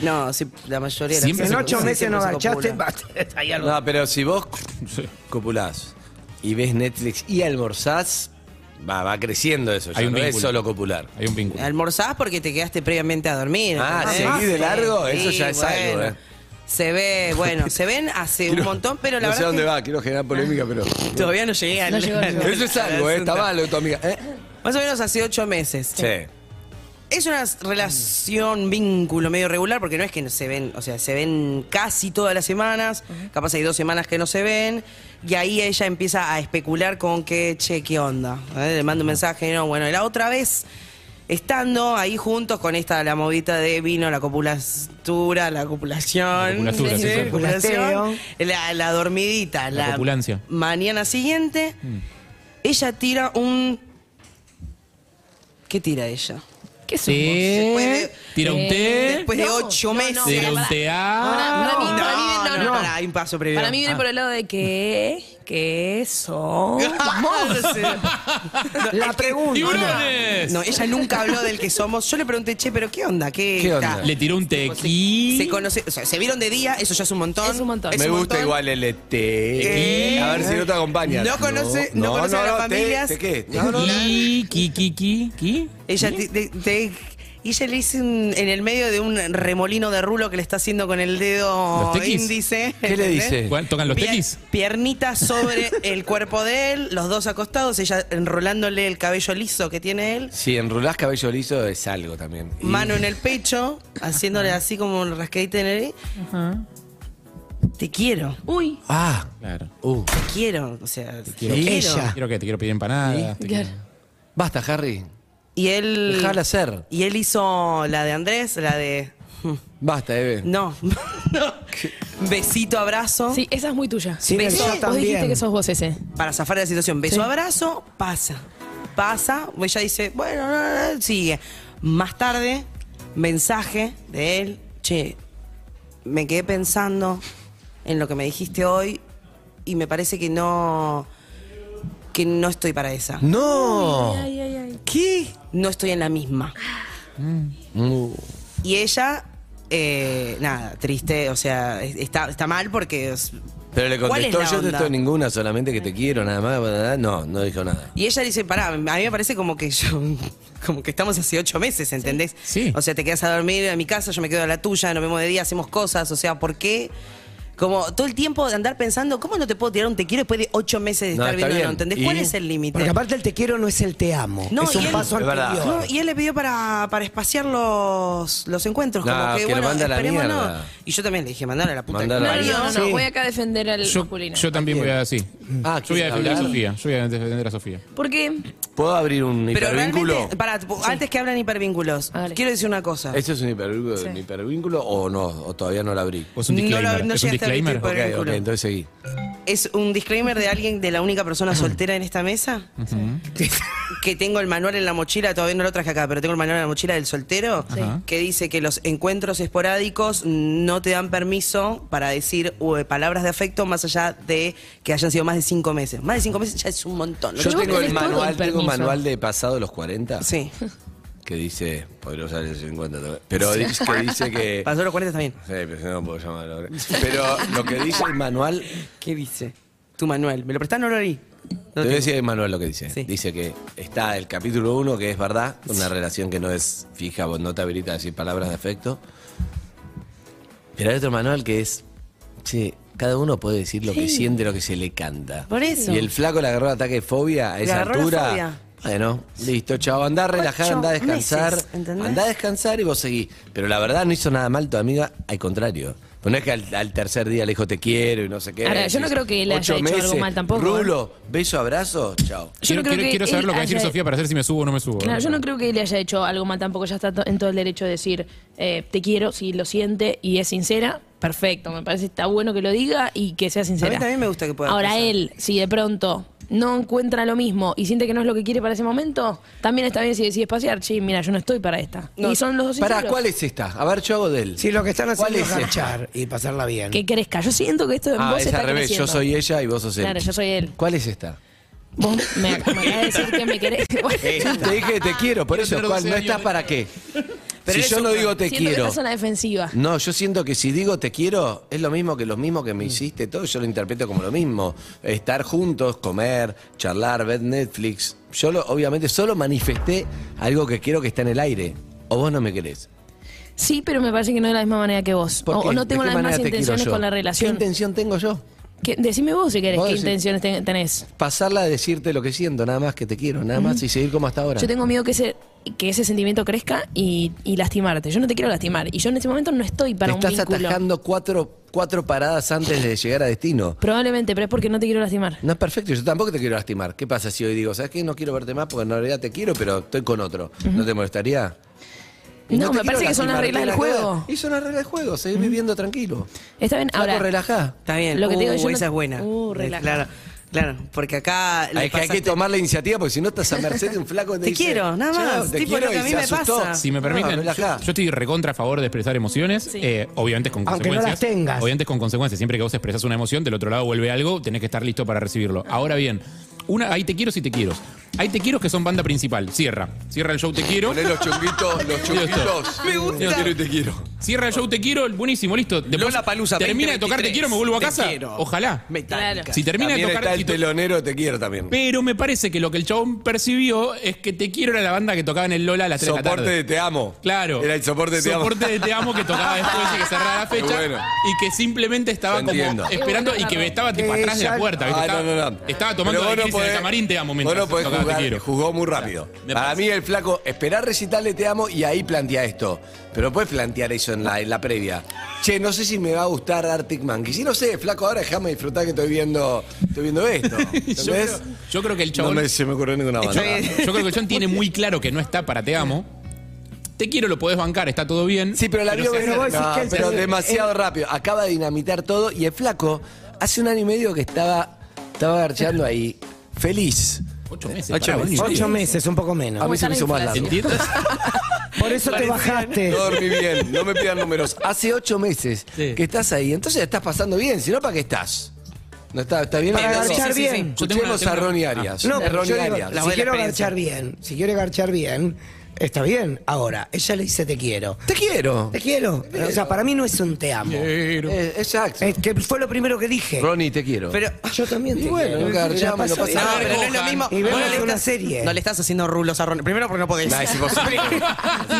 [SPEAKER 9] No, sí, la mayoría de las
[SPEAKER 11] Siempre
[SPEAKER 9] veces
[SPEAKER 10] En
[SPEAKER 11] se-
[SPEAKER 10] ocho
[SPEAKER 9] sí,
[SPEAKER 10] meses
[SPEAKER 9] siempre
[SPEAKER 10] no
[SPEAKER 9] se
[SPEAKER 10] agachaste,
[SPEAKER 9] copula.
[SPEAKER 10] basta, hay algo.
[SPEAKER 8] No, pero si vos copulás y ves Netflix y almorzás, Va, va creciendo eso, ya
[SPEAKER 11] Hay un
[SPEAKER 8] no es
[SPEAKER 11] vínculo.
[SPEAKER 8] solo copular.
[SPEAKER 11] Hay un vínculo.
[SPEAKER 9] Almorzás porque te quedaste previamente a dormir.
[SPEAKER 8] Ah,
[SPEAKER 9] ¿entendés?
[SPEAKER 8] ¿seguí de largo?
[SPEAKER 9] Sí,
[SPEAKER 8] Eso ya es algo,
[SPEAKER 9] bueno.
[SPEAKER 8] eh.
[SPEAKER 9] Se ve, bueno, se ven hace un montón, pero la
[SPEAKER 8] no sé
[SPEAKER 9] verdad.
[SPEAKER 8] dónde
[SPEAKER 9] es que
[SPEAKER 8] va, quiero generar polémica, pero.
[SPEAKER 9] Todavía no llegué al.
[SPEAKER 8] No llegó, no llegó. Eso es algo, eh, está mal,
[SPEAKER 9] tu amiga. Más o menos hace ocho meses.
[SPEAKER 8] Sí.
[SPEAKER 9] Es una relación, vínculo medio regular, porque no es que se ven, o sea, se ven casi todas las semanas, capaz hay dos semanas que no se ven, y ahí ella empieza a especular con que, che, ¿qué onda? ¿Eh? Le mando un mensaje, no, bueno, y la otra vez, estando ahí juntos con esta, la movita de vino, la copulatura, la copulación,
[SPEAKER 11] La copulatura, sí, sí.
[SPEAKER 9] copulación, la, la
[SPEAKER 11] La
[SPEAKER 9] dormidita,
[SPEAKER 11] Mm.
[SPEAKER 9] la,
[SPEAKER 11] copulancia.
[SPEAKER 9] mañana siguiente, ella tira un... ¿Qué tira ella?
[SPEAKER 12] ¿Qué
[SPEAKER 11] somos? Después de- Eh, ¿Tira
[SPEAKER 12] Eh,
[SPEAKER 11] un té?
[SPEAKER 9] Después de ocho meses.
[SPEAKER 11] ¿Tira un té?
[SPEAKER 12] Para- para mí- para mí- no, no,
[SPEAKER 9] no,
[SPEAKER 12] no.
[SPEAKER 9] pará, hay un paso previo.
[SPEAKER 12] Para mí viene
[SPEAKER 9] Ah.
[SPEAKER 12] por el lado de que. que son?
[SPEAKER 9] La pregunta.
[SPEAKER 11] ¡Tiburones!
[SPEAKER 9] No, ella nunca habló del que somos. Yo le pregunté, che, pero ¿qué onda? ¿Qué,
[SPEAKER 11] ¿Qué
[SPEAKER 9] está?
[SPEAKER 11] onda? Le tiró un tequí.
[SPEAKER 9] Se conoce, o sea, se vieron de día, eso ya es un montón. Es un montón.
[SPEAKER 8] Me gusta igual el este.
[SPEAKER 9] Eh.
[SPEAKER 8] A ver si no te acompaña.
[SPEAKER 9] No conoce- no conoce a las familias.
[SPEAKER 8] ¿Te, qué?
[SPEAKER 9] No, no,
[SPEAKER 11] Qui, qui, qui, qui, qui.
[SPEAKER 9] Ella te- te- te- y ella le hizo un- en el medio de un remolino de rulo que le está haciendo con el dedo
[SPEAKER 11] ¿Los tequis?
[SPEAKER 9] índice. ¿entendés?
[SPEAKER 11] ¿Cuál- ¿Tocan Ah, los
[SPEAKER 9] Pier-
[SPEAKER 11] tequis?
[SPEAKER 9] Piernita sobre el cuerpo de él, los dos acostados, ella enrolándole el cabello liso que tiene él,
[SPEAKER 8] Si enrulás cabello liso es algo también. Y-
[SPEAKER 9] mano en el pecho, haciéndole así como un rascadito en el... Te quiero,
[SPEAKER 12] Uy.
[SPEAKER 8] Ah,
[SPEAKER 11] claro.
[SPEAKER 9] te quiero, o sea, te
[SPEAKER 11] Quiero, Ah. quiero que te quiero pedir empanadas. te quiero-
[SPEAKER 8] Basta, Harry.
[SPEAKER 9] Y él...
[SPEAKER 8] Dejala hacer.
[SPEAKER 9] Y él hizo la de Andrés, la de...
[SPEAKER 8] Basta, Eve.
[SPEAKER 9] No, no. Besito, abrazo.
[SPEAKER 12] Sí, esa es muy tuya.
[SPEAKER 9] Sí,
[SPEAKER 12] Beso,
[SPEAKER 9] esa
[SPEAKER 12] vos
[SPEAKER 9] también.
[SPEAKER 12] dijiste que sos vos ese.
[SPEAKER 9] para zafar de la situación. Beso,
[SPEAKER 12] Sí.
[SPEAKER 9] abrazo, pasa. Pasa, ella dice, bueno, no, no, no, sigue. Más tarde, mensaje de él, che, me quedé pensando en lo que me dijiste hoy y me parece que no que no estoy para esa.
[SPEAKER 8] No.
[SPEAKER 9] ¿Qué? No estoy en la misma.
[SPEAKER 8] Mm.
[SPEAKER 9] Y ella eh, nada, triste, o sea, es- está está mal porque es-
[SPEAKER 8] Pero le
[SPEAKER 9] ¿Cuál es
[SPEAKER 8] contestó,
[SPEAKER 9] la
[SPEAKER 8] yo no
[SPEAKER 9] onda?
[SPEAKER 8] estoy en ninguna, solamente que te quiero, nada más. bla, bla, bla". No, no dijo nada.
[SPEAKER 9] Y ella dice, pará, a mí me parece como que yo, como que estamos hace ocho meses, ¿entendés?
[SPEAKER 11] Sí.
[SPEAKER 9] O sea, te quedas a dormir a mi casa, yo me quedo a la tuya, nos vemos de día, hacemos cosas, o sea, ¿por qué? Como todo el tiempo de andar pensando, ¿cómo no te puedo tirar un te quiero después de ocho meses de
[SPEAKER 10] No,
[SPEAKER 9] estar
[SPEAKER 10] está
[SPEAKER 9] viendo,
[SPEAKER 10] bien.
[SPEAKER 9] ¿entendés?
[SPEAKER 10] ¿Y?
[SPEAKER 9] ¿Cuál es el límite?
[SPEAKER 10] Porque aparte el te quiero no es el te amo.
[SPEAKER 9] No,
[SPEAKER 10] es un
[SPEAKER 9] y él-
[SPEAKER 10] paso
[SPEAKER 9] Es verdad.
[SPEAKER 10] anterior.
[SPEAKER 9] No, y él le pidió para, para espaciar los, los encuentros.
[SPEAKER 8] No,
[SPEAKER 9] como que,
[SPEAKER 8] que lo
[SPEAKER 9] bueno,
[SPEAKER 8] manda a la
[SPEAKER 9] esperemos, no.
[SPEAKER 8] mierda.
[SPEAKER 9] Y yo también le dije, mandale a la puta. que
[SPEAKER 8] Mandala
[SPEAKER 9] te
[SPEAKER 8] a la
[SPEAKER 9] parió.
[SPEAKER 12] No, no, no, voy acá a defender al
[SPEAKER 11] Yo,
[SPEAKER 12] masculino.
[SPEAKER 11] yo también voy a decir.
[SPEAKER 8] Ah,
[SPEAKER 11] yo voy a defender
[SPEAKER 8] ¿quieres
[SPEAKER 11] a
[SPEAKER 8] hablar?
[SPEAKER 11] Sofía. Yo voy a defender a Sofía.
[SPEAKER 12] Porque
[SPEAKER 8] ¿Puedo abrir un
[SPEAKER 9] Pero
[SPEAKER 8] hipervínculo?
[SPEAKER 9] realmente, pará, antes que hablan hipervínculos, quiero decir una cosa.
[SPEAKER 8] ¿Esto es un hipervínculo,
[SPEAKER 9] Sí.
[SPEAKER 8] un hipervínculo o no? ¿O todavía no lo abrí?
[SPEAKER 11] ¿O es un
[SPEAKER 9] No lo-
[SPEAKER 11] disclaimer?
[SPEAKER 9] no
[SPEAKER 11] ¿Es un
[SPEAKER 9] llegaste a abrir
[SPEAKER 11] disclaimer?
[SPEAKER 9] tu hipervínculo.
[SPEAKER 8] Ok, ok, entonces seguí.
[SPEAKER 9] Es un disclaimer de alguien de la única persona soltera en esta mesa. Que tengo el manual en la mochila, todavía no lo traje acá, pero tengo el manual en la mochila del soltero
[SPEAKER 11] Sí. Ajá.
[SPEAKER 9] que dice que los encuentros esporádicos no te dan permiso para decir eh, palabras de afecto más allá de que hayan sido más de cinco meses. Más de cinco meses ya es un montón.
[SPEAKER 8] Yo
[SPEAKER 9] Lo que
[SPEAKER 8] tengo el
[SPEAKER 9] tenés todo
[SPEAKER 8] manual, tengo un
[SPEAKER 9] permiso.
[SPEAKER 8] manual de pasado los 40.
[SPEAKER 9] Sí.
[SPEAKER 8] Que dice, podría usar el 50 también. Pero dice que dice que.
[SPEAKER 9] Pasó los 40 también.
[SPEAKER 8] Sí, pero si no puedo llamarlo. ahora. Pero lo que dice el manual.
[SPEAKER 9] ¿Qué dice? Tu manual. ¿Me lo prestás? No lo leí.
[SPEAKER 8] Te voy a decir el manual lo que dice. Dice que está el capítulo 1, que es verdad, una relación que no es fija, vos no te habilita a decir palabras de afecto. Pero hay otro manual que es. Che, cada uno puede decir lo que
[SPEAKER 9] Sí.
[SPEAKER 8] siente, lo que se le canta.
[SPEAKER 9] Por eso.
[SPEAKER 8] Y el flaco le agarró ataque de fobia a
[SPEAKER 9] Le
[SPEAKER 8] esa
[SPEAKER 9] agarró la
[SPEAKER 8] altura.
[SPEAKER 9] fobia.
[SPEAKER 8] Bueno, listo, chavo. Andá a relajar,
[SPEAKER 9] Ocho
[SPEAKER 8] andá a descansar.
[SPEAKER 9] meses, ¿entendés?
[SPEAKER 8] andá a descansar y vos seguís. Pero la verdad no hizo nada mal tu amiga, al contrario. Pues no es que al, al tercer día le dijo te quiero y no sé qué.
[SPEAKER 12] Ahora, yo no
[SPEAKER 8] decís,
[SPEAKER 12] creo que él haya
[SPEAKER 8] "Ocho
[SPEAKER 12] hecho algo
[SPEAKER 8] meses,
[SPEAKER 12] mal tampoco,
[SPEAKER 8] Rulo, beso, abrazo, chao.
[SPEAKER 12] Yo no
[SPEAKER 11] Quiero,
[SPEAKER 12] creo
[SPEAKER 11] quiero-
[SPEAKER 12] que
[SPEAKER 11] quiero saber
[SPEAKER 12] él
[SPEAKER 11] lo que va a decir
[SPEAKER 12] haya-
[SPEAKER 11] Sofía para saber si me subo o no me subo.
[SPEAKER 12] Claro, yo no creo que él le haya hecho algo mal tampoco. Ya está to- en todo el derecho de decir, eh, te quiero, si lo siente y es sincera, perfecto. Me parece que está bueno que lo diga y que sea
[SPEAKER 9] A mí
[SPEAKER 12] sincera.
[SPEAKER 9] también me gusta que pueda.
[SPEAKER 12] Ahora
[SPEAKER 9] pasar.
[SPEAKER 12] él, si de pronto no encuentra lo mismo y siente que no es lo que quiere para ese momento, también está bien si decide espaciar. Sí, mira, yo no estoy para esta. y son los dos
[SPEAKER 8] Pará,
[SPEAKER 12] sinceros.
[SPEAKER 8] ¿cuál es esta? A ver, yo hago de él.
[SPEAKER 10] Sí, lo que están
[SPEAKER 8] ¿Cuál
[SPEAKER 10] haciendo es
[SPEAKER 8] es esta?
[SPEAKER 10] garchar y pasarla bien.
[SPEAKER 12] Que crezca. Yo siento que esto en
[SPEAKER 8] Ah,
[SPEAKER 12] vos
[SPEAKER 8] es
[SPEAKER 12] está
[SPEAKER 8] al revés,
[SPEAKER 12] creciendo.
[SPEAKER 8] yo soy ella y vos sos él.
[SPEAKER 12] Claro, yo soy él.
[SPEAKER 8] ¿Cuál es esta?
[SPEAKER 12] Vos me, me acabas de decir que me querés. Bueno,
[SPEAKER 8] Sí, te dije te quiero, por
[SPEAKER 11] Quiero
[SPEAKER 8] eso,
[SPEAKER 11] tener
[SPEAKER 8] ¿cuál?
[SPEAKER 11] 12
[SPEAKER 8] ¿No
[SPEAKER 11] años.
[SPEAKER 8] estás para qué?
[SPEAKER 9] Pero
[SPEAKER 8] si
[SPEAKER 9] eres
[SPEAKER 8] yo no
[SPEAKER 9] un-
[SPEAKER 8] digo te
[SPEAKER 12] siento que
[SPEAKER 8] quiero.
[SPEAKER 12] estás en la defensiva.
[SPEAKER 8] No, yo siento que si digo te quiero, es lo mismo que los mismos que me hiciste, todo yo lo interpreto como lo mismo. Estar juntos, comer, charlar, ver Netflix, yo lo- obviamente solo manifesté algo que quiero que está en el aire. O vos no me querés.
[SPEAKER 12] Sí, pero me parece que no de la misma manera que vos.
[SPEAKER 8] ¿Por
[SPEAKER 12] o,
[SPEAKER 8] qué?
[SPEAKER 12] o no
[SPEAKER 8] ¿De
[SPEAKER 12] tengo
[SPEAKER 8] qué
[SPEAKER 12] las mismas
[SPEAKER 8] manera te quiero
[SPEAKER 12] intenciones
[SPEAKER 8] yo?
[SPEAKER 12] con la relación. ¿Qué
[SPEAKER 8] intención tengo yo?
[SPEAKER 12] decime vos si querés,
[SPEAKER 8] Vos
[SPEAKER 12] qué
[SPEAKER 8] decís.
[SPEAKER 12] intenciones ten- tenés.
[SPEAKER 8] Pasarla a decirte lo que siento, nada más que te quiero, nada más y seguir como hasta ahora.
[SPEAKER 12] Yo tengo miedo que ese, que ese sentimiento crezca y, y lastimarte. Yo no te quiero lastimar. Y yo en este momento no estoy
[SPEAKER 8] Te
[SPEAKER 12] para un
[SPEAKER 8] estás
[SPEAKER 12] vínculo.
[SPEAKER 8] atajando cuatro, cuatro paradas antes de llegar a destino.
[SPEAKER 12] Probablemente, pero es porque no te quiero lastimar.
[SPEAKER 8] No es perfecto, yo tampoco te quiero lastimar. ¿Qué pasa si hoy digo, sabes qué? No quiero verte más porque en realidad te quiero, pero estoy con otro. ¿No te molestaría? Y
[SPEAKER 12] No,
[SPEAKER 8] te
[SPEAKER 12] me
[SPEAKER 8] quiero
[SPEAKER 12] parece que son las
[SPEAKER 8] lastimar,
[SPEAKER 12] reglas del
[SPEAKER 8] tenés
[SPEAKER 12] juego.
[SPEAKER 8] cosas- Y son las reglas del juego, seguir viviendo tranquilo.
[SPEAKER 12] Está bien, ahora.
[SPEAKER 8] relajá.
[SPEAKER 9] Está bien.
[SPEAKER 12] Lo que te digo,
[SPEAKER 9] Uh,
[SPEAKER 12] yo no-
[SPEAKER 9] esa es buena.
[SPEAKER 12] Uh,
[SPEAKER 9] Eh,
[SPEAKER 12] relaja.
[SPEAKER 9] Claro, claro, porque acá... le
[SPEAKER 8] Hay que, hay
[SPEAKER 9] pasaste-
[SPEAKER 8] que tomar la iniciativa porque si no estás a merced de un flaco que
[SPEAKER 9] Te
[SPEAKER 8] dice,
[SPEAKER 9] quiero, nada más,
[SPEAKER 8] "Chao, te
[SPEAKER 9] tipo
[SPEAKER 8] quiero",
[SPEAKER 9] lo que
[SPEAKER 8] y
[SPEAKER 9] a mí
[SPEAKER 8] se
[SPEAKER 9] me
[SPEAKER 8] asustó.
[SPEAKER 9] pasa.
[SPEAKER 11] Si me permiten,
[SPEAKER 8] No,
[SPEAKER 11] yo,
[SPEAKER 8] Ah, relajá.
[SPEAKER 11] yo estoy recontra a favor de expresar emociones, eh, obviamente con
[SPEAKER 10] Aunque no
[SPEAKER 11] consecuencias.
[SPEAKER 10] las tengas.
[SPEAKER 11] Obviamente con consecuencias. Siempre que vos expresás una emoción, del otro lado vuelve algo, tenés que estar listo para recibirlo. Ahora bien, una, hay te quiero si te quiero. Hay te quiero que son banda principal. Cierra. Cierra el show te quiero.
[SPEAKER 8] Poné los chunguitos, los chunguitos.
[SPEAKER 11] Me gusta.
[SPEAKER 8] Te quiero y te quiero.
[SPEAKER 11] Cierra el show te quiero, buenísimo, listo. Después
[SPEAKER 8] Lollapalooza
[SPEAKER 11] termina de tocar te
[SPEAKER 8] 2023,
[SPEAKER 11] quiero, me vuelvo a
[SPEAKER 8] te
[SPEAKER 11] casa.
[SPEAKER 8] quiero.
[SPEAKER 11] Ojalá.
[SPEAKER 9] Metallica.
[SPEAKER 11] Si termina de
[SPEAKER 8] También
[SPEAKER 11] tocar
[SPEAKER 8] está
[SPEAKER 11] y
[SPEAKER 8] el
[SPEAKER 11] to-
[SPEAKER 8] telonero, te quiero también.
[SPEAKER 11] Pero me parece que lo que el chabón percibió es que te quiero era la banda que tocaba en el Lola a las 3 de la
[SPEAKER 8] Soporte
[SPEAKER 11] tarde.
[SPEAKER 8] de Te Amo.
[SPEAKER 11] Claro.
[SPEAKER 8] Era el soporte de Te Amo.
[SPEAKER 11] Soporte de Te Amo que tocaba después y que cerraba la fecha.
[SPEAKER 8] Qué bueno.
[SPEAKER 11] Y que simplemente estaba
[SPEAKER 8] Ya
[SPEAKER 11] como
[SPEAKER 8] entiendo.
[SPEAKER 11] esperando y que estaba tipo
[SPEAKER 10] Que
[SPEAKER 11] atrás de la
[SPEAKER 10] ella-
[SPEAKER 11] puerta. ¿viste?
[SPEAKER 8] Ah,
[SPEAKER 11] estaba,
[SPEAKER 8] no, no, no.
[SPEAKER 11] estaba
[SPEAKER 8] Pero
[SPEAKER 11] tomando
[SPEAKER 8] vos
[SPEAKER 11] la
[SPEAKER 8] no
[SPEAKER 11] crisis en
[SPEAKER 8] podés-
[SPEAKER 11] el camarín Te Amo mientras
[SPEAKER 8] Vos no podés
[SPEAKER 11] tocaba
[SPEAKER 8] jugar,
[SPEAKER 11] Te Quiero.
[SPEAKER 8] jugó muy rápido.
[SPEAKER 11] Me
[SPEAKER 8] Para
[SPEAKER 11] parece.
[SPEAKER 8] mí el flaco, esperar recital de Te Amo y ahí plantea esto. Pero puedes plantear eso en la, en la previa. Che, no sé si me va a gustar Arctic Monkey. Si no sé, flaco, ahora déjame disfrutar que estoy viendo, estoy viendo esto.
[SPEAKER 11] Yo
[SPEAKER 8] ¿Entendés?
[SPEAKER 11] creo, yo creo que el
[SPEAKER 8] No
[SPEAKER 11] chabón...
[SPEAKER 8] me- se me ocurrió ninguna
[SPEAKER 11] Yo,
[SPEAKER 8] banda.
[SPEAKER 11] yo creo que John tiene muy claro que no está para Te Amo. Te quiero, lo podés bancar, está todo bien.
[SPEAKER 8] Sí, pero la vio
[SPEAKER 11] se
[SPEAKER 8] venir.
[SPEAKER 11] acerca.
[SPEAKER 8] No, pero demasiado rápido. Acaba de dinamitar todo y el flaco hace un año y medio que estaba, estaba garchando ahí, feliz.
[SPEAKER 11] Ocho meses.
[SPEAKER 8] Ocho
[SPEAKER 11] pará,
[SPEAKER 8] meses.
[SPEAKER 11] bueno,
[SPEAKER 10] Ocho meses, un poco menos.
[SPEAKER 8] A mí se me hizo más largo.
[SPEAKER 11] ¿Entiendes?
[SPEAKER 10] Por eso te bajaste.
[SPEAKER 8] No dormí bien, no me pidan números. Hace ocho meses que estás ahí, entonces estás pasando bien, si no, ¿para qué estás? ¿No está, está bien?
[SPEAKER 10] Para
[SPEAKER 8] Entonces,
[SPEAKER 10] garchar bien.
[SPEAKER 8] Yo tengo una- Escuchemos a Ronnie Arias.
[SPEAKER 10] No, pero
[SPEAKER 8] Ronnie
[SPEAKER 10] yo digo,
[SPEAKER 8] Arias.
[SPEAKER 10] si quiero garchar bien, si quiero garchar bien, está bien. Ahora, ella le dice te quiero.
[SPEAKER 8] Te quiero.
[SPEAKER 10] Te quiero. O sea, para mí no es un te amo.
[SPEAKER 8] Eh, exacto.
[SPEAKER 10] Es que fue lo primero que dije.
[SPEAKER 8] Ronnie, te quiero.
[SPEAKER 9] Pero,
[SPEAKER 10] Yo también te
[SPEAKER 8] bueno,
[SPEAKER 10] quiero.
[SPEAKER 8] nunca
[SPEAKER 10] Y la
[SPEAKER 8] garchamos, no pasa
[SPEAKER 10] paso bien.
[SPEAKER 8] nada.
[SPEAKER 9] no, pero no es lo mismo.
[SPEAKER 10] Y vemos
[SPEAKER 9] Vos no le
[SPEAKER 10] una
[SPEAKER 9] estás-
[SPEAKER 10] serie.
[SPEAKER 9] No le estás haciendo rulos a Ron. Primero porque no podés.
[SPEAKER 8] Nah, es imposible.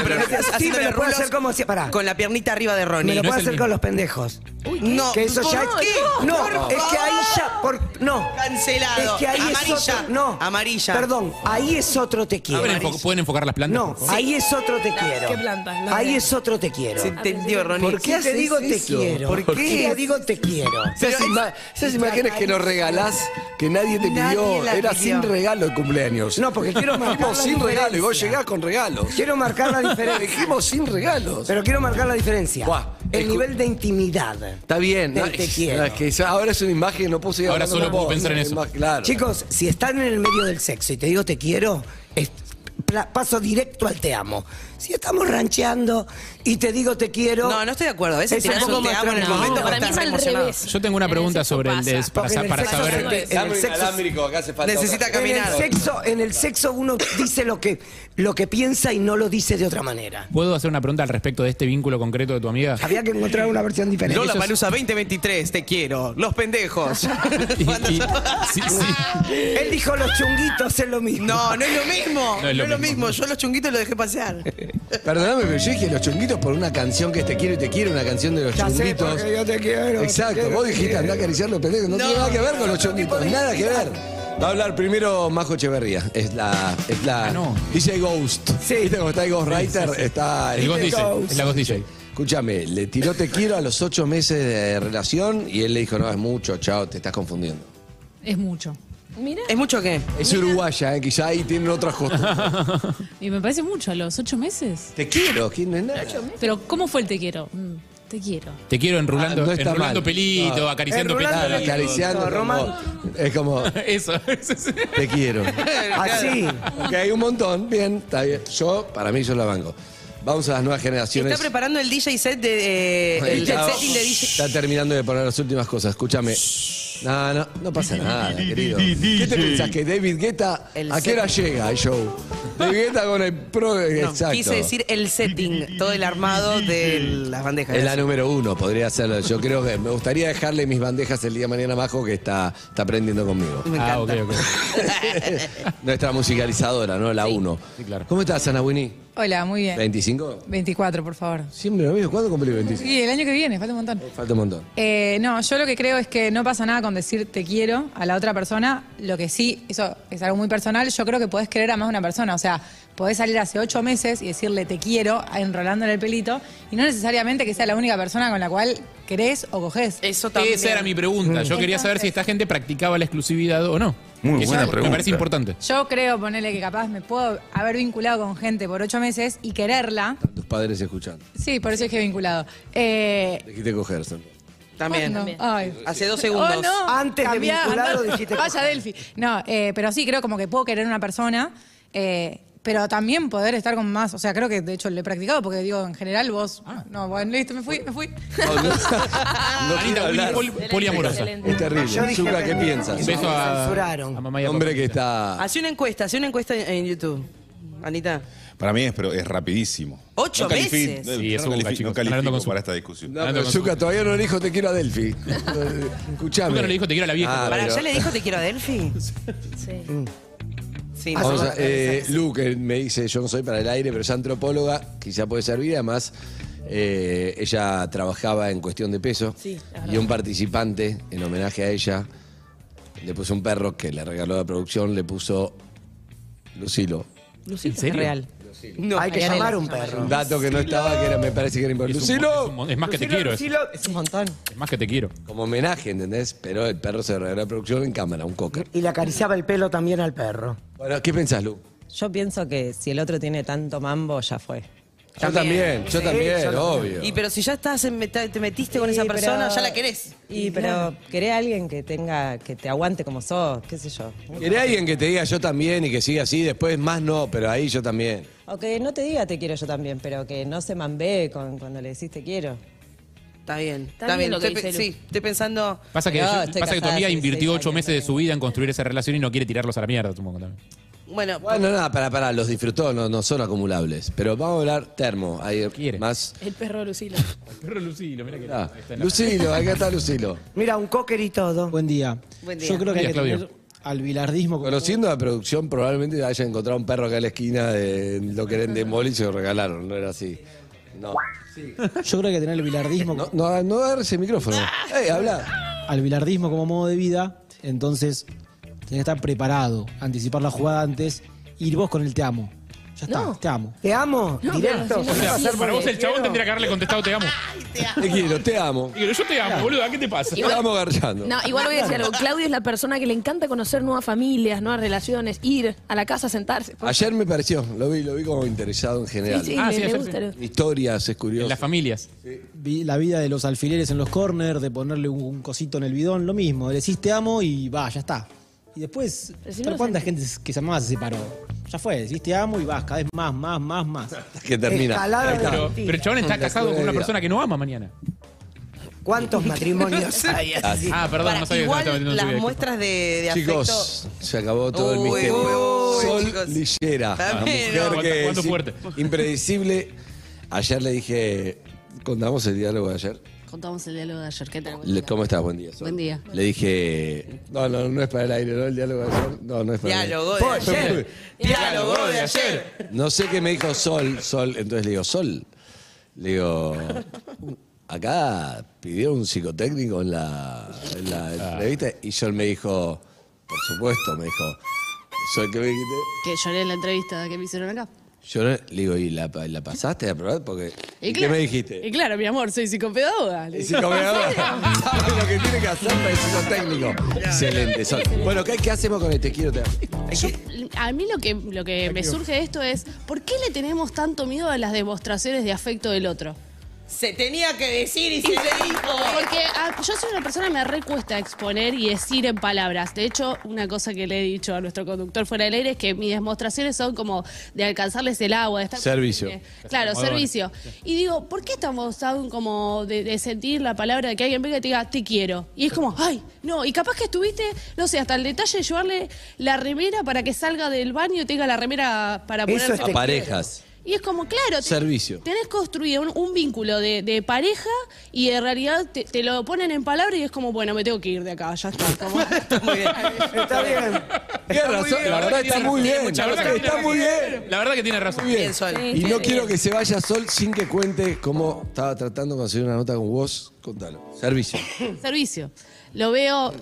[SPEAKER 9] pero no estás
[SPEAKER 10] Sí, me
[SPEAKER 9] haciéndole
[SPEAKER 10] lo puedo
[SPEAKER 9] rulos
[SPEAKER 10] hacer como si... Pará.
[SPEAKER 9] con la piernita arriba de
[SPEAKER 10] Me
[SPEAKER 9] Ronnie.
[SPEAKER 10] lo
[SPEAKER 11] no
[SPEAKER 10] puedo
[SPEAKER 11] es el
[SPEAKER 10] hacer con los pendejos.
[SPEAKER 9] No,
[SPEAKER 10] Que eso ya es
[SPEAKER 9] ¿por
[SPEAKER 10] que.
[SPEAKER 9] qué?
[SPEAKER 10] No,
[SPEAKER 9] Por
[SPEAKER 10] es que ahí ya. por- no.
[SPEAKER 9] Cancelado.
[SPEAKER 10] Es que ahí es
[SPEAKER 9] Amarilla.
[SPEAKER 10] otro. No.
[SPEAKER 9] Amarilla.
[SPEAKER 10] Perdón, ahí es otro te quiero.
[SPEAKER 11] ¿Pueden, enfo- pueden enfocar las plantas?
[SPEAKER 10] No,
[SPEAKER 11] por favor?
[SPEAKER 10] ahí es otro te quiero.
[SPEAKER 12] ¿Qué plantas? No
[SPEAKER 10] Ahí
[SPEAKER 12] sé.
[SPEAKER 10] es otro te quiero.
[SPEAKER 9] Se entendió, Ronnie.
[SPEAKER 10] ¿Por qué te
[SPEAKER 8] haces
[SPEAKER 10] digo te
[SPEAKER 8] eso?
[SPEAKER 10] quiero?
[SPEAKER 8] ¿Por
[SPEAKER 10] ¿Por
[SPEAKER 8] qué?
[SPEAKER 10] qué te digo te quiero?
[SPEAKER 8] Esas, ima- esas imágenes que nos regalás, que nadie te
[SPEAKER 9] Nadie
[SPEAKER 8] pidió,
[SPEAKER 9] la
[SPEAKER 8] era
[SPEAKER 9] pidió.
[SPEAKER 8] sin regalo de cumpleaños.
[SPEAKER 10] No, porque quiero marcar
[SPEAKER 8] Dijimos
[SPEAKER 10] la
[SPEAKER 8] sin regalo y vos
[SPEAKER 10] diferencia.
[SPEAKER 8] llegás con regalos.
[SPEAKER 10] Quiero marcar la diferencia.
[SPEAKER 8] Dijimos sin regalos.
[SPEAKER 10] Pero quiero marcar la diferencia.
[SPEAKER 8] Buah,
[SPEAKER 10] El
[SPEAKER 8] escu-
[SPEAKER 10] nivel de intimidad.
[SPEAKER 8] Está bien,
[SPEAKER 10] Del
[SPEAKER 8] no,
[SPEAKER 10] te
[SPEAKER 8] es-
[SPEAKER 10] quiero.
[SPEAKER 8] no, es que ya- ahora es una imagen, no puedo seguir
[SPEAKER 11] Ahora
[SPEAKER 8] hablando
[SPEAKER 11] solo
[SPEAKER 8] con
[SPEAKER 11] puedo
[SPEAKER 8] vos,
[SPEAKER 11] pensar en
[SPEAKER 8] una
[SPEAKER 11] eso.
[SPEAKER 8] ima- Claro.
[SPEAKER 10] Chicos, si están en el medio del sexo y te digo te quiero, es- pla- paso directo al te amo. Si estamos rancheando y te digo te quiero.
[SPEAKER 9] No, no estoy de acuerdo. A veces
[SPEAKER 10] Es un
[SPEAKER 9] tirás un
[SPEAKER 10] poco
[SPEAKER 9] te
[SPEAKER 10] más
[SPEAKER 9] amo en el
[SPEAKER 10] tranquilo.
[SPEAKER 9] momento
[SPEAKER 12] para mí
[SPEAKER 9] cuando
[SPEAKER 12] es
[SPEAKER 9] estás
[SPEAKER 12] al
[SPEAKER 9] emocionado.
[SPEAKER 12] revés.
[SPEAKER 11] Yo tengo una
[SPEAKER 12] En el
[SPEAKER 11] pregunta
[SPEAKER 12] sexo
[SPEAKER 11] sobre el
[SPEAKER 12] pasa.
[SPEAKER 11] des- para,
[SPEAKER 10] Porque en el
[SPEAKER 11] para
[SPEAKER 10] sexo
[SPEAKER 11] saber.
[SPEAKER 10] se te- en el sexo-
[SPEAKER 8] acá hace falta
[SPEAKER 9] Necesita
[SPEAKER 8] otra-
[SPEAKER 9] caminar.
[SPEAKER 10] En el sexo, en el sexo uno dice lo que, lo que piensa y no lo dice de otra manera.
[SPEAKER 11] ¿Puedo hacer una pregunta al respecto de este vínculo concreto de tu amiga?
[SPEAKER 10] Había que encontrar una versión diferente.
[SPEAKER 9] Lola Palusa 2023, te quiero. Los pendejos.
[SPEAKER 11] Y- y- sí, sí.
[SPEAKER 10] Él dijo los chunguitos es lo mismo.
[SPEAKER 9] No, no es lo mismo. No es lo mismo. Yo los chunguitos los dejé pasear.
[SPEAKER 8] Perdóname, pero yo dije los chunguitos por una canción que es Te quiero y te quiero, una canción de los
[SPEAKER 10] Ya sé,
[SPEAKER 8] chunguitos.
[SPEAKER 10] porque yo te quiero.
[SPEAKER 8] Exacto, vos dijiste andá a acariciar los pendejos, no, tiene nada que ver con los chonguitos, nada que ver. Va a hablar primero Majo Echeverría, es la, es la
[SPEAKER 11] Ah, no.
[SPEAKER 8] DJ Ghost. Sí. ¿Viste cómo está el Ghost Writer? Está
[SPEAKER 11] El Ghost DJ. Es la Ghost DJ.
[SPEAKER 8] Escúchame, le tiró te quiero a los ocho meses de relación y él le dijo, no, es mucho, chao, te estás confundiendo.
[SPEAKER 13] Es mucho.
[SPEAKER 12] Mira,
[SPEAKER 9] ¿Es mucho qué?
[SPEAKER 8] Es uruguaya, ¿eh? quizá ahí tienen otras costumbres.
[SPEAKER 13] Y me parece mucho a los ocho meses.
[SPEAKER 8] te quiero, ¿quién no es nada?
[SPEAKER 13] Pero, ¿cómo fue el te quiero? Mm, te quiero.
[SPEAKER 11] Te quiero enrulando,
[SPEAKER 8] Ah, no está
[SPEAKER 11] enrulando
[SPEAKER 8] mal.
[SPEAKER 11] pelito,
[SPEAKER 8] No.
[SPEAKER 11] acariciando pelito.
[SPEAKER 10] Enrulando pelito.
[SPEAKER 8] Acariciando,
[SPEAKER 10] Román.
[SPEAKER 8] como- es como,
[SPEAKER 11] Eso, eso, eso.
[SPEAKER 8] te quiero.
[SPEAKER 10] Así.
[SPEAKER 8] Ok, hay un montón. Bien, está bien. Yo, para mí, yo la banco. Vamos a las nuevas generaciones.
[SPEAKER 9] Está preparando el DJ set de. eh, el, el
[SPEAKER 8] Está-
[SPEAKER 9] setting de DJ.
[SPEAKER 8] Está terminando de poner las últimas cosas. Escúchame. No, no, no pasa nada, querido.
[SPEAKER 14] di-
[SPEAKER 8] ¿Qué
[SPEAKER 14] DJ?
[SPEAKER 8] te pensás que David Guetta a qué hora llega el show? David Guetta con el pro exacto.
[SPEAKER 9] Quise decir el setting, todo el armado de las bandejas.
[SPEAKER 8] Es la número uno, podría serlo. Yo creo que me gustaría dejarle mis bandejas el día de mañana abajo que está, está aprendiendo conmigo.
[SPEAKER 9] Me Ah, encanta. ok,
[SPEAKER 8] Nuestra musicalizadora, ¿no? La uno. ¿Cómo estás, Ana Winnie?
[SPEAKER 15] Hola, muy bien.
[SPEAKER 8] ¿25?
[SPEAKER 15] 24, por favor.
[SPEAKER 8] Siempre lo mismo. ¿Cuándo cumplí 25?
[SPEAKER 15] Sí, el año que viene, falta un montón.
[SPEAKER 8] Falta un montón.
[SPEAKER 15] Eh, no, yo lo que creo es que no pasa nada con decir te quiero a la otra persona. Lo que sí, eso es algo muy personal, yo creo que podés querer a más de una persona. O sea, podés salir hace ocho meses y decirle te quiero, enrolando en el pelito, y no necesariamente que sea la única persona con la cual querés o cogés.
[SPEAKER 9] Eso
[SPEAKER 11] Esa era mi pregunta. Yo quería saber si esta gente practicaba la exclusividad o no.
[SPEAKER 14] Muy
[SPEAKER 11] Eso
[SPEAKER 14] buena
[SPEAKER 11] me- Me
[SPEAKER 14] pregunta.
[SPEAKER 11] parece importante.
[SPEAKER 15] Yo creo, ponerle que capaz me puedo haber vinculado con gente por ocho meses y quererla.
[SPEAKER 8] Tus padres escuchando.
[SPEAKER 15] Sí, por eso es que vinculado. Eh,
[SPEAKER 8] Dijiste coger, Sandra.
[SPEAKER 9] También.
[SPEAKER 15] ¿cuándo?
[SPEAKER 16] ah.
[SPEAKER 15] Ay.
[SPEAKER 9] Hace dos segundos.
[SPEAKER 15] Oh, no.
[SPEAKER 9] Antes de vinculado dijiste
[SPEAKER 15] Vaya Delphi. No, eh, pero sí, creo como que puedo querer una persona, eh, pero también poder estar con más. O sea, creo que de hecho lo he practicado porque digo, en general vos. No, bueno, listo, me fui, me fui.
[SPEAKER 8] No quiero hablar.
[SPEAKER 11] Willy, pol- poliamorosa. Excelente.
[SPEAKER 8] Es
[SPEAKER 11] Yo
[SPEAKER 8] terrible.
[SPEAKER 11] dije
[SPEAKER 8] Zucca, ¿qué
[SPEAKER 11] perfecto.
[SPEAKER 8] piensas?
[SPEAKER 11] Beso a- Censuraron. a mamá y a
[SPEAKER 8] Hombre
[SPEAKER 11] papá.
[SPEAKER 8] que
[SPEAKER 11] Ah,
[SPEAKER 8] está...
[SPEAKER 9] Hace una encuesta, hace una encuesta en, en YouTube. Anita.
[SPEAKER 14] Para mí es, pero es rapidísimo.
[SPEAKER 9] Ocho
[SPEAKER 14] No califi-
[SPEAKER 9] meses.
[SPEAKER 14] no,
[SPEAKER 9] Sí,
[SPEAKER 14] yo
[SPEAKER 11] es
[SPEAKER 14] no
[SPEAKER 11] un
[SPEAKER 14] califico,
[SPEAKER 11] chico,
[SPEAKER 14] no
[SPEAKER 11] están
[SPEAKER 14] califico
[SPEAKER 11] hablando con su-
[SPEAKER 14] para esta discusión.
[SPEAKER 8] No, pero Zucca, todavía no le dijo te quiero a Delphi. Eh, Escuchame.
[SPEAKER 11] Zucca no le dijo, "Te quiero a la vieja".
[SPEAKER 9] Para,
[SPEAKER 8] pero-
[SPEAKER 9] ¿ya le dijo te quiero a Delphi? Sí.
[SPEAKER 17] Mm.
[SPEAKER 9] Sí,
[SPEAKER 8] Vamos
[SPEAKER 9] no
[SPEAKER 8] a- eh, Lu, que me dice, yo no soy para el aire, pero es antropóloga, quizá puede servir. Además, eh, ella trabajaba en cuestión de peso. y un participante, en homenaje a ella, le puso un perro que le regaló la producción, le puso Lucilo.
[SPEAKER 9] Lucila,
[SPEAKER 8] serio?
[SPEAKER 9] real. No,
[SPEAKER 10] Hay que
[SPEAKER 9] Marianela.
[SPEAKER 10] llamar a un perro.
[SPEAKER 8] Un dato que no estaba, que era- me parece que era importante.
[SPEAKER 11] Es un-
[SPEAKER 8] ¡Lucilo!
[SPEAKER 11] es un mon- es más que te Lucilo, quiero, es- Lucilo.
[SPEAKER 10] Es un montón.
[SPEAKER 11] Es más que te quiero.
[SPEAKER 8] Como homenaje, ¿entendés? Pero el perro se lo regaló a la producción en cámara, un cocker.
[SPEAKER 10] Y le acariciaba el pelo también al perro.
[SPEAKER 8] Bueno, ¿qué pensás, Lu?
[SPEAKER 17] Yo pienso que si el otro tiene tanto mambo, ya fue.
[SPEAKER 8] Yo también, yo
[SPEAKER 9] Sí,
[SPEAKER 8] también,
[SPEAKER 9] yo
[SPEAKER 8] obvio.
[SPEAKER 9] Y pero si ya estás en meta- te metiste con
[SPEAKER 17] Sí,
[SPEAKER 9] esa persona,
[SPEAKER 17] pero-
[SPEAKER 9] ya la querés.
[SPEAKER 17] Y pero querés a alguien que tenga, que te aguante como sos, qué sé yo.
[SPEAKER 8] ¿Querés alguien que te diga yo también y que siga así? Después más no, pero ahí yo también.
[SPEAKER 17] O que no te diga te quiero yo también, pero que no se mambee con, cuando le decís te quiero.
[SPEAKER 9] Está bien, está,
[SPEAKER 17] bien
[SPEAKER 9] bien.
[SPEAKER 17] lo que
[SPEAKER 9] Estoy pe-
[SPEAKER 17] dice Lu.
[SPEAKER 9] sí, estoy pensando.
[SPEAKER 11] Pasa que,
[SPEAKER 9] No,
[SPEAKER 11] yo-
[SPEAKER 9] estoy
[SPEAKER 11] pasa que tu
[SPEAKER 9] casada
[SPEAKER 11] amiga
[SPEAKER 9] hace
[SPEAKER 11] invirtió
[SPEAKER 9] seis
[SPEAKER 11] ocho
[SPEAKER 9] años.
[SPEAKER 11] meses de su vida en construir esa relación y no quiere tirarlos a la mierda, supongo también.
[SPEAKER 9] Bueno,
[SPEAKER 8] Bueno, nada, para, para, los disfrutó, no, no son acumulables. Pero vamos a hablar termo, ahí más.
[SPEAKER 12] El perro de Lucila. El
[SPEAKER 11] perro Lucilo, mira que.
[SPEAKER 8] Ah, Lucilo, acá está Lucilo.
[SPEAKER 10] Mira, un cocker y todo.
[SPEAKER 18] Buen día.
[SPEAKER 9] Buen
[SPEAKER 18] Yo creo que hay que
[SPEAKER 8] Claudio.
[SPEAKER 18] tener al bilardismo. como-
[SPEAKER 8] Conociendo la producción, probablemente haya encontrado un perro acá en la esquina de lo que eran de Moli y se lo regalaron, no era así. No.
[SPEAKER 18] Yo creo que hay que tener el bilardismo.
[SPEAKER 8] No, no, no agarres el micrófono. ¡Ey, habla!
[SPEAKER 18] Al bilardismo como modo de vida, entonces tenés que estar preparado, anticipar la jugada antes, ir vos con el te amo. Ya está, te amo.
[SPEAKER 10] ¿Te amo?
[SPEAKER 18] No,
[SPEAKER 10] ¿Directo?
[SPEAKER 18] no, no,
[SPEAKER 11] O sea, para vos el chabón
[SPEAKER 10] quiero.
[SPEAKER 11] tendría que haberle contestado te amo.
[SPEAKER 8] Te quiero, te amo.
[SPEAKER 11] Digo, yo te amo, boludo, ¿qué te pasa?
[SPEAKER 12] Igual-
[SPEAKER 8] Estamos garchando.
[SPEAKER 12] No, igual voy a decir algo. Claudio es la persona que le encanta conocer nuevas familias, nuevas relaciones, ir a la casa, sentarse.
[SPEAKER 8] Ayer me pareció, lo vi, lo vi como interesado en general.
[SPEAKER 12] Sí, sí, Ah, me- sí, me ayer gusta. sí.
[SPEAKER 8] Historias, es curioso.
[SPEAKER 11] las familias.
[SPEAKER 18] Vi la vida de los alfileres en los corners, de ponerle un, un cosito en el bidón, lo mismo. Le decís te amo y va, ya está. Y después,
[SPEAKER 12] si no
[SPEAKER 18] ¿pero
[SPEAKER 12] lo
[SPEAKER 18] ¿cuánta gente que se amaba se separó? Ya fue, decís te amo y vas, cada vez más, más, más, más.
[SPEAKER 8] Que termina.
[SPEAKER 10] Escalada
[SPEAKER 8] Ahí está.
[SPEAKER 11] Pero, pero el chabón está casado con una persona que no ama mañana.
[SPEAKER 10] ¿Cuántos matrimonios hay así?
[SPEAKER 11] Ah, perdón,
[SPEAKER 9] Para,
[SPEAKER 11] no sabía que
[SPEAKER 9] igual
[SPEAKER 11] estaba metiendo en su
[SPEAKER 9] las
[SPEAKER 11] vida,
[SPEAKER 9] muestras de, de
[SPEAKER 8] Chicos, se acabó todo el
[SPEAKER 9] Uy,
[SPEAKER 8] misterio.
[SPEAKER 9] uy,
[SPEAKER 8] Sol
[SPEAKER 9] chicos.
[SPEAKER 8] Lillera, la
[SPEAKER 9] Está bien,
[SPEAKER 8] mujer
[SPEAKER 9] ¿no?
[SPEAKER 8] que
[SPEAKER 11] Cuánto
[SPEAKER 8] es
[SPEAKER 11] fuerte.
[SPEAKER 8] impredecible. Ayer le dije, contamos el diálogo de ayer.
[SPEAKER 16] Contamos el diálogo de ayer. ¿Qué tal?
[SPEAKER 8] Le- ¿Cómo estás? Buen día. Sol.
[SPEAKER 16] Buen día.
[SPEAKER 8] Le dije, no, no, no es para el aire, ¿no? El diálogo de ayer. No, no es para
[SPEAKER 9] Diálogo
[SPEAKER 8] el
[SPEAKER 9] de
[SPEAKER 8] aire. Fue-
[SPEAKER 9] ayer.
[SPEAKER 8] fue-
[SPEAKER 9] Diálogo de ayer.
[SPEAKER 8] No sé qué me dijo Sol, Sol. Entonces le digo, Sol. Le digo, acá pidieron un psicotécnico en la, en la
[SPEAKER 9] Ah.
[SPEAKER 8] entrevista. Y Sol me dijo, por supuesto, me dijo, Sol, ¿qué me dijiste?
[SPEAKER 16] Que lloré en la entrevista que me hicieron acá.
[SPEAKER 8] Yo no- le digo, ¿y la, la pasaste a probar? Porque,
[SPEAKER 16] Y
[SPEAKER 8] ¿y ¿Qué
[SPEAKER 16] claro.
[SPEAKER 8] me dijiste?
[SPEAKER 16] Y claro, mi amor, soy psicopedagoga. le
[SPEAKER 8] Y si
[SPEAKER 16] digo.
[SPEAKER 8] come ahora,
[SPEAKER 16] ¿En serio?
[SPEAKER 8] sabe lo que tiene que hacer para el psicotécnico. Excelente, Sol. Bueno, ¿qué, qué hacemos con este? Quiero te
[SPEAKER 16] A mí lo que, lo que me surge de esto es, ¿por qué le tenemos tanto miedo a las demostraciones de afecto del otro?
[SPEAKER 9] Se tenía que decir y se le dijo.
[SPEAKER 16] Porque ah, yo soy una persona que me recuesta exponer y decir en palabras. De hecho, una cosa que le he dicho a nuestro conductor fuera del aire es que mis demostraciones son como de alcanzarles el agua, de estar.
[SPEAKER 8] Servicio.
[SPEAKER 16] Claro,
[SPEAKER 8] Almodones.
[SPEAKER 16] servicio. Y digo, ¿por qué estamos aún como de, de sentir la palabra de que alguien venga y te diga, te quiero? Y es como, ay, no. Y capaz que estuviste, no sé, hasta el detalle de llevarle la remera para que salga del baño y tenga la remera para ponerse.
[SPEAKER 19] a parejas.
[SPEAKER 16] Y es como, claro, te-
[SPEAKER 19] Servicio.
[SPEAKER 16] tenés construido un, un vínculo de, de pareja y en realidad te, te lo ponen en palabras y es como, bueno, me tengo que ir de acá, ya está. como-
[SPEAKER 10] Está bien.
[SPEAKER 8] Tienes razón, la verdad está muy bien.
[SPEAKER 11] La verdad que
[SPEAKER 8] Está
[SPEAKER 11] tiene-
[SPEAKER 8] muy bien.
[SPEAKER 11] La verdad que tiene razón.
[SPEAKER 8] Muy bien. Y no quiero que se vaya Sol sin que cuente cómo estaba tratando de conseguir una nota con vos. Contalo. Servicio.
[SPEAKER 16] Servicio. Lo veo,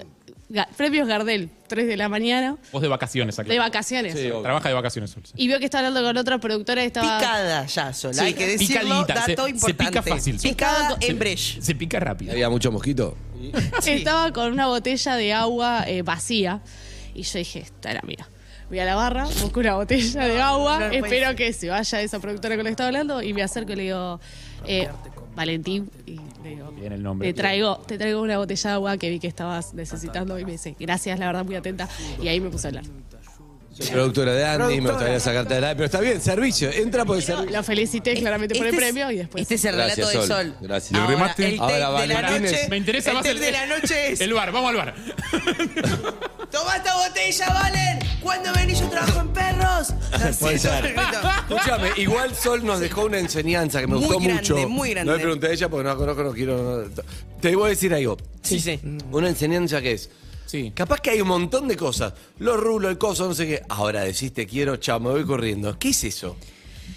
[SPEAKER 16] ga- premios Gardel, 3 de la mañana,
[SPEAKER 11] Vos de vacaciones acá.
[SPEAKER 16] de vacaciones.
[SPEAKER 11] Trabaja de vacaciones, Sol. sí.
[SPEAKER 16] y vio que estaba hablando con otra productora y estaba...
[SPEAKER 9] Picada ya, Sol.
[SPEAKER 11] Sí,
[SPEAKER 9] Hay que decirlo,
[SPEAKER 11] picadita, se-
[SPEAKER 9] dato
[SPEAKER 11] se
[SPEAKER 9] importante.
[SPEAKER 11] pica fácil, Sol.
[SPEAKER 9] Picada
[SPEAKER 11] Se-
[SPEAKER 9] en Brecht.
[SPEAKER 11] Se pica rápido.
[SPEAKER 8] Había mucho mosquito.
[SPEAKER 16] Estaba con una botella de agua eh, vacía. Y yo dije, esta era mía. Voy a la barra, busco una botella de agua,
[SPEAKER 20] no, no puede
[SPEAKER 16] espero que se vaya esa productora con la que estaba hablando y me acerco y le digo, eh, Valentín, y le digo,
[SPEAKER 11] Bien el nombre.
[SPEAKER 16] te traigo, te traigo una botella de agua que vi que estabas necesitando y me dice, gracias, la verdad, muy atenta. Y ahí me puse a hablar.
[SPEAKER 8] Soy productora de Andy, me gustaría sacarte de la. Pero está bien, servicio. Entra por el servicio.
[SPEAKER 16] Lo felicité claramente por el
[SPEAKER 9] Este es-
[SPEAKER 16] premio y después...
[SPEAKER 9] Este es el relato
[SPEAKER 8] Gracias,
[SPEAKER 9] de
[SPEAKER 8] Sol.
[SPEAKER 9] Sol.
[SPEAKER 8] Gracias.
[SPEAKER 9] Ahora,
[SPEAKER 8] ¿Y el remate?
[SPEAKER 9] el take
[SPEAKER 8] Ahora,
[SPEAKER 9] de la
[SPEAKER 8] Valentín
[SPEAKER 9] noche.
[SPEAKER 8] es-
[SPEAKER 11] Me interesa
[SPEAKER 9] el
[SPEAKER 11] más
[SPEAKER 9] take
[SPEAKER 11] el-
[SPEAKER 9] de la noche es.
[SPEAKER 11] El bar, vamos al bar.
[SPEAKER 9] Toma esta botella, Valen. ¿Cuándo venís? Yo trabajo en perros.
[SPEAKER 8] Puede ser.
[SPEAKER 9] Perfecto.
[SPEAKER 8] Escúchame, igual Sol nos dejó una enseñanza que me
[SPEAKER 9] Muy
[SPEAKER 8] gustó
[SPEAKER 9] grande,
[SPEAKER 8] mucho.
[SPEAKER 9] muy grande.
[SPEAKER 8] No le pregunté a ella porque no la conozco, no quiero. no- Te voy a decir algo.
[SPEAKER 9] Sí, sí.
[SPEAKER 8] Una enseñanza que es. Capaz que hay un montón de cosas. Los rulos, el coso, no sé qué. Ahora decís te quiero, chao, me voy corriendo. ¿Qué es eso?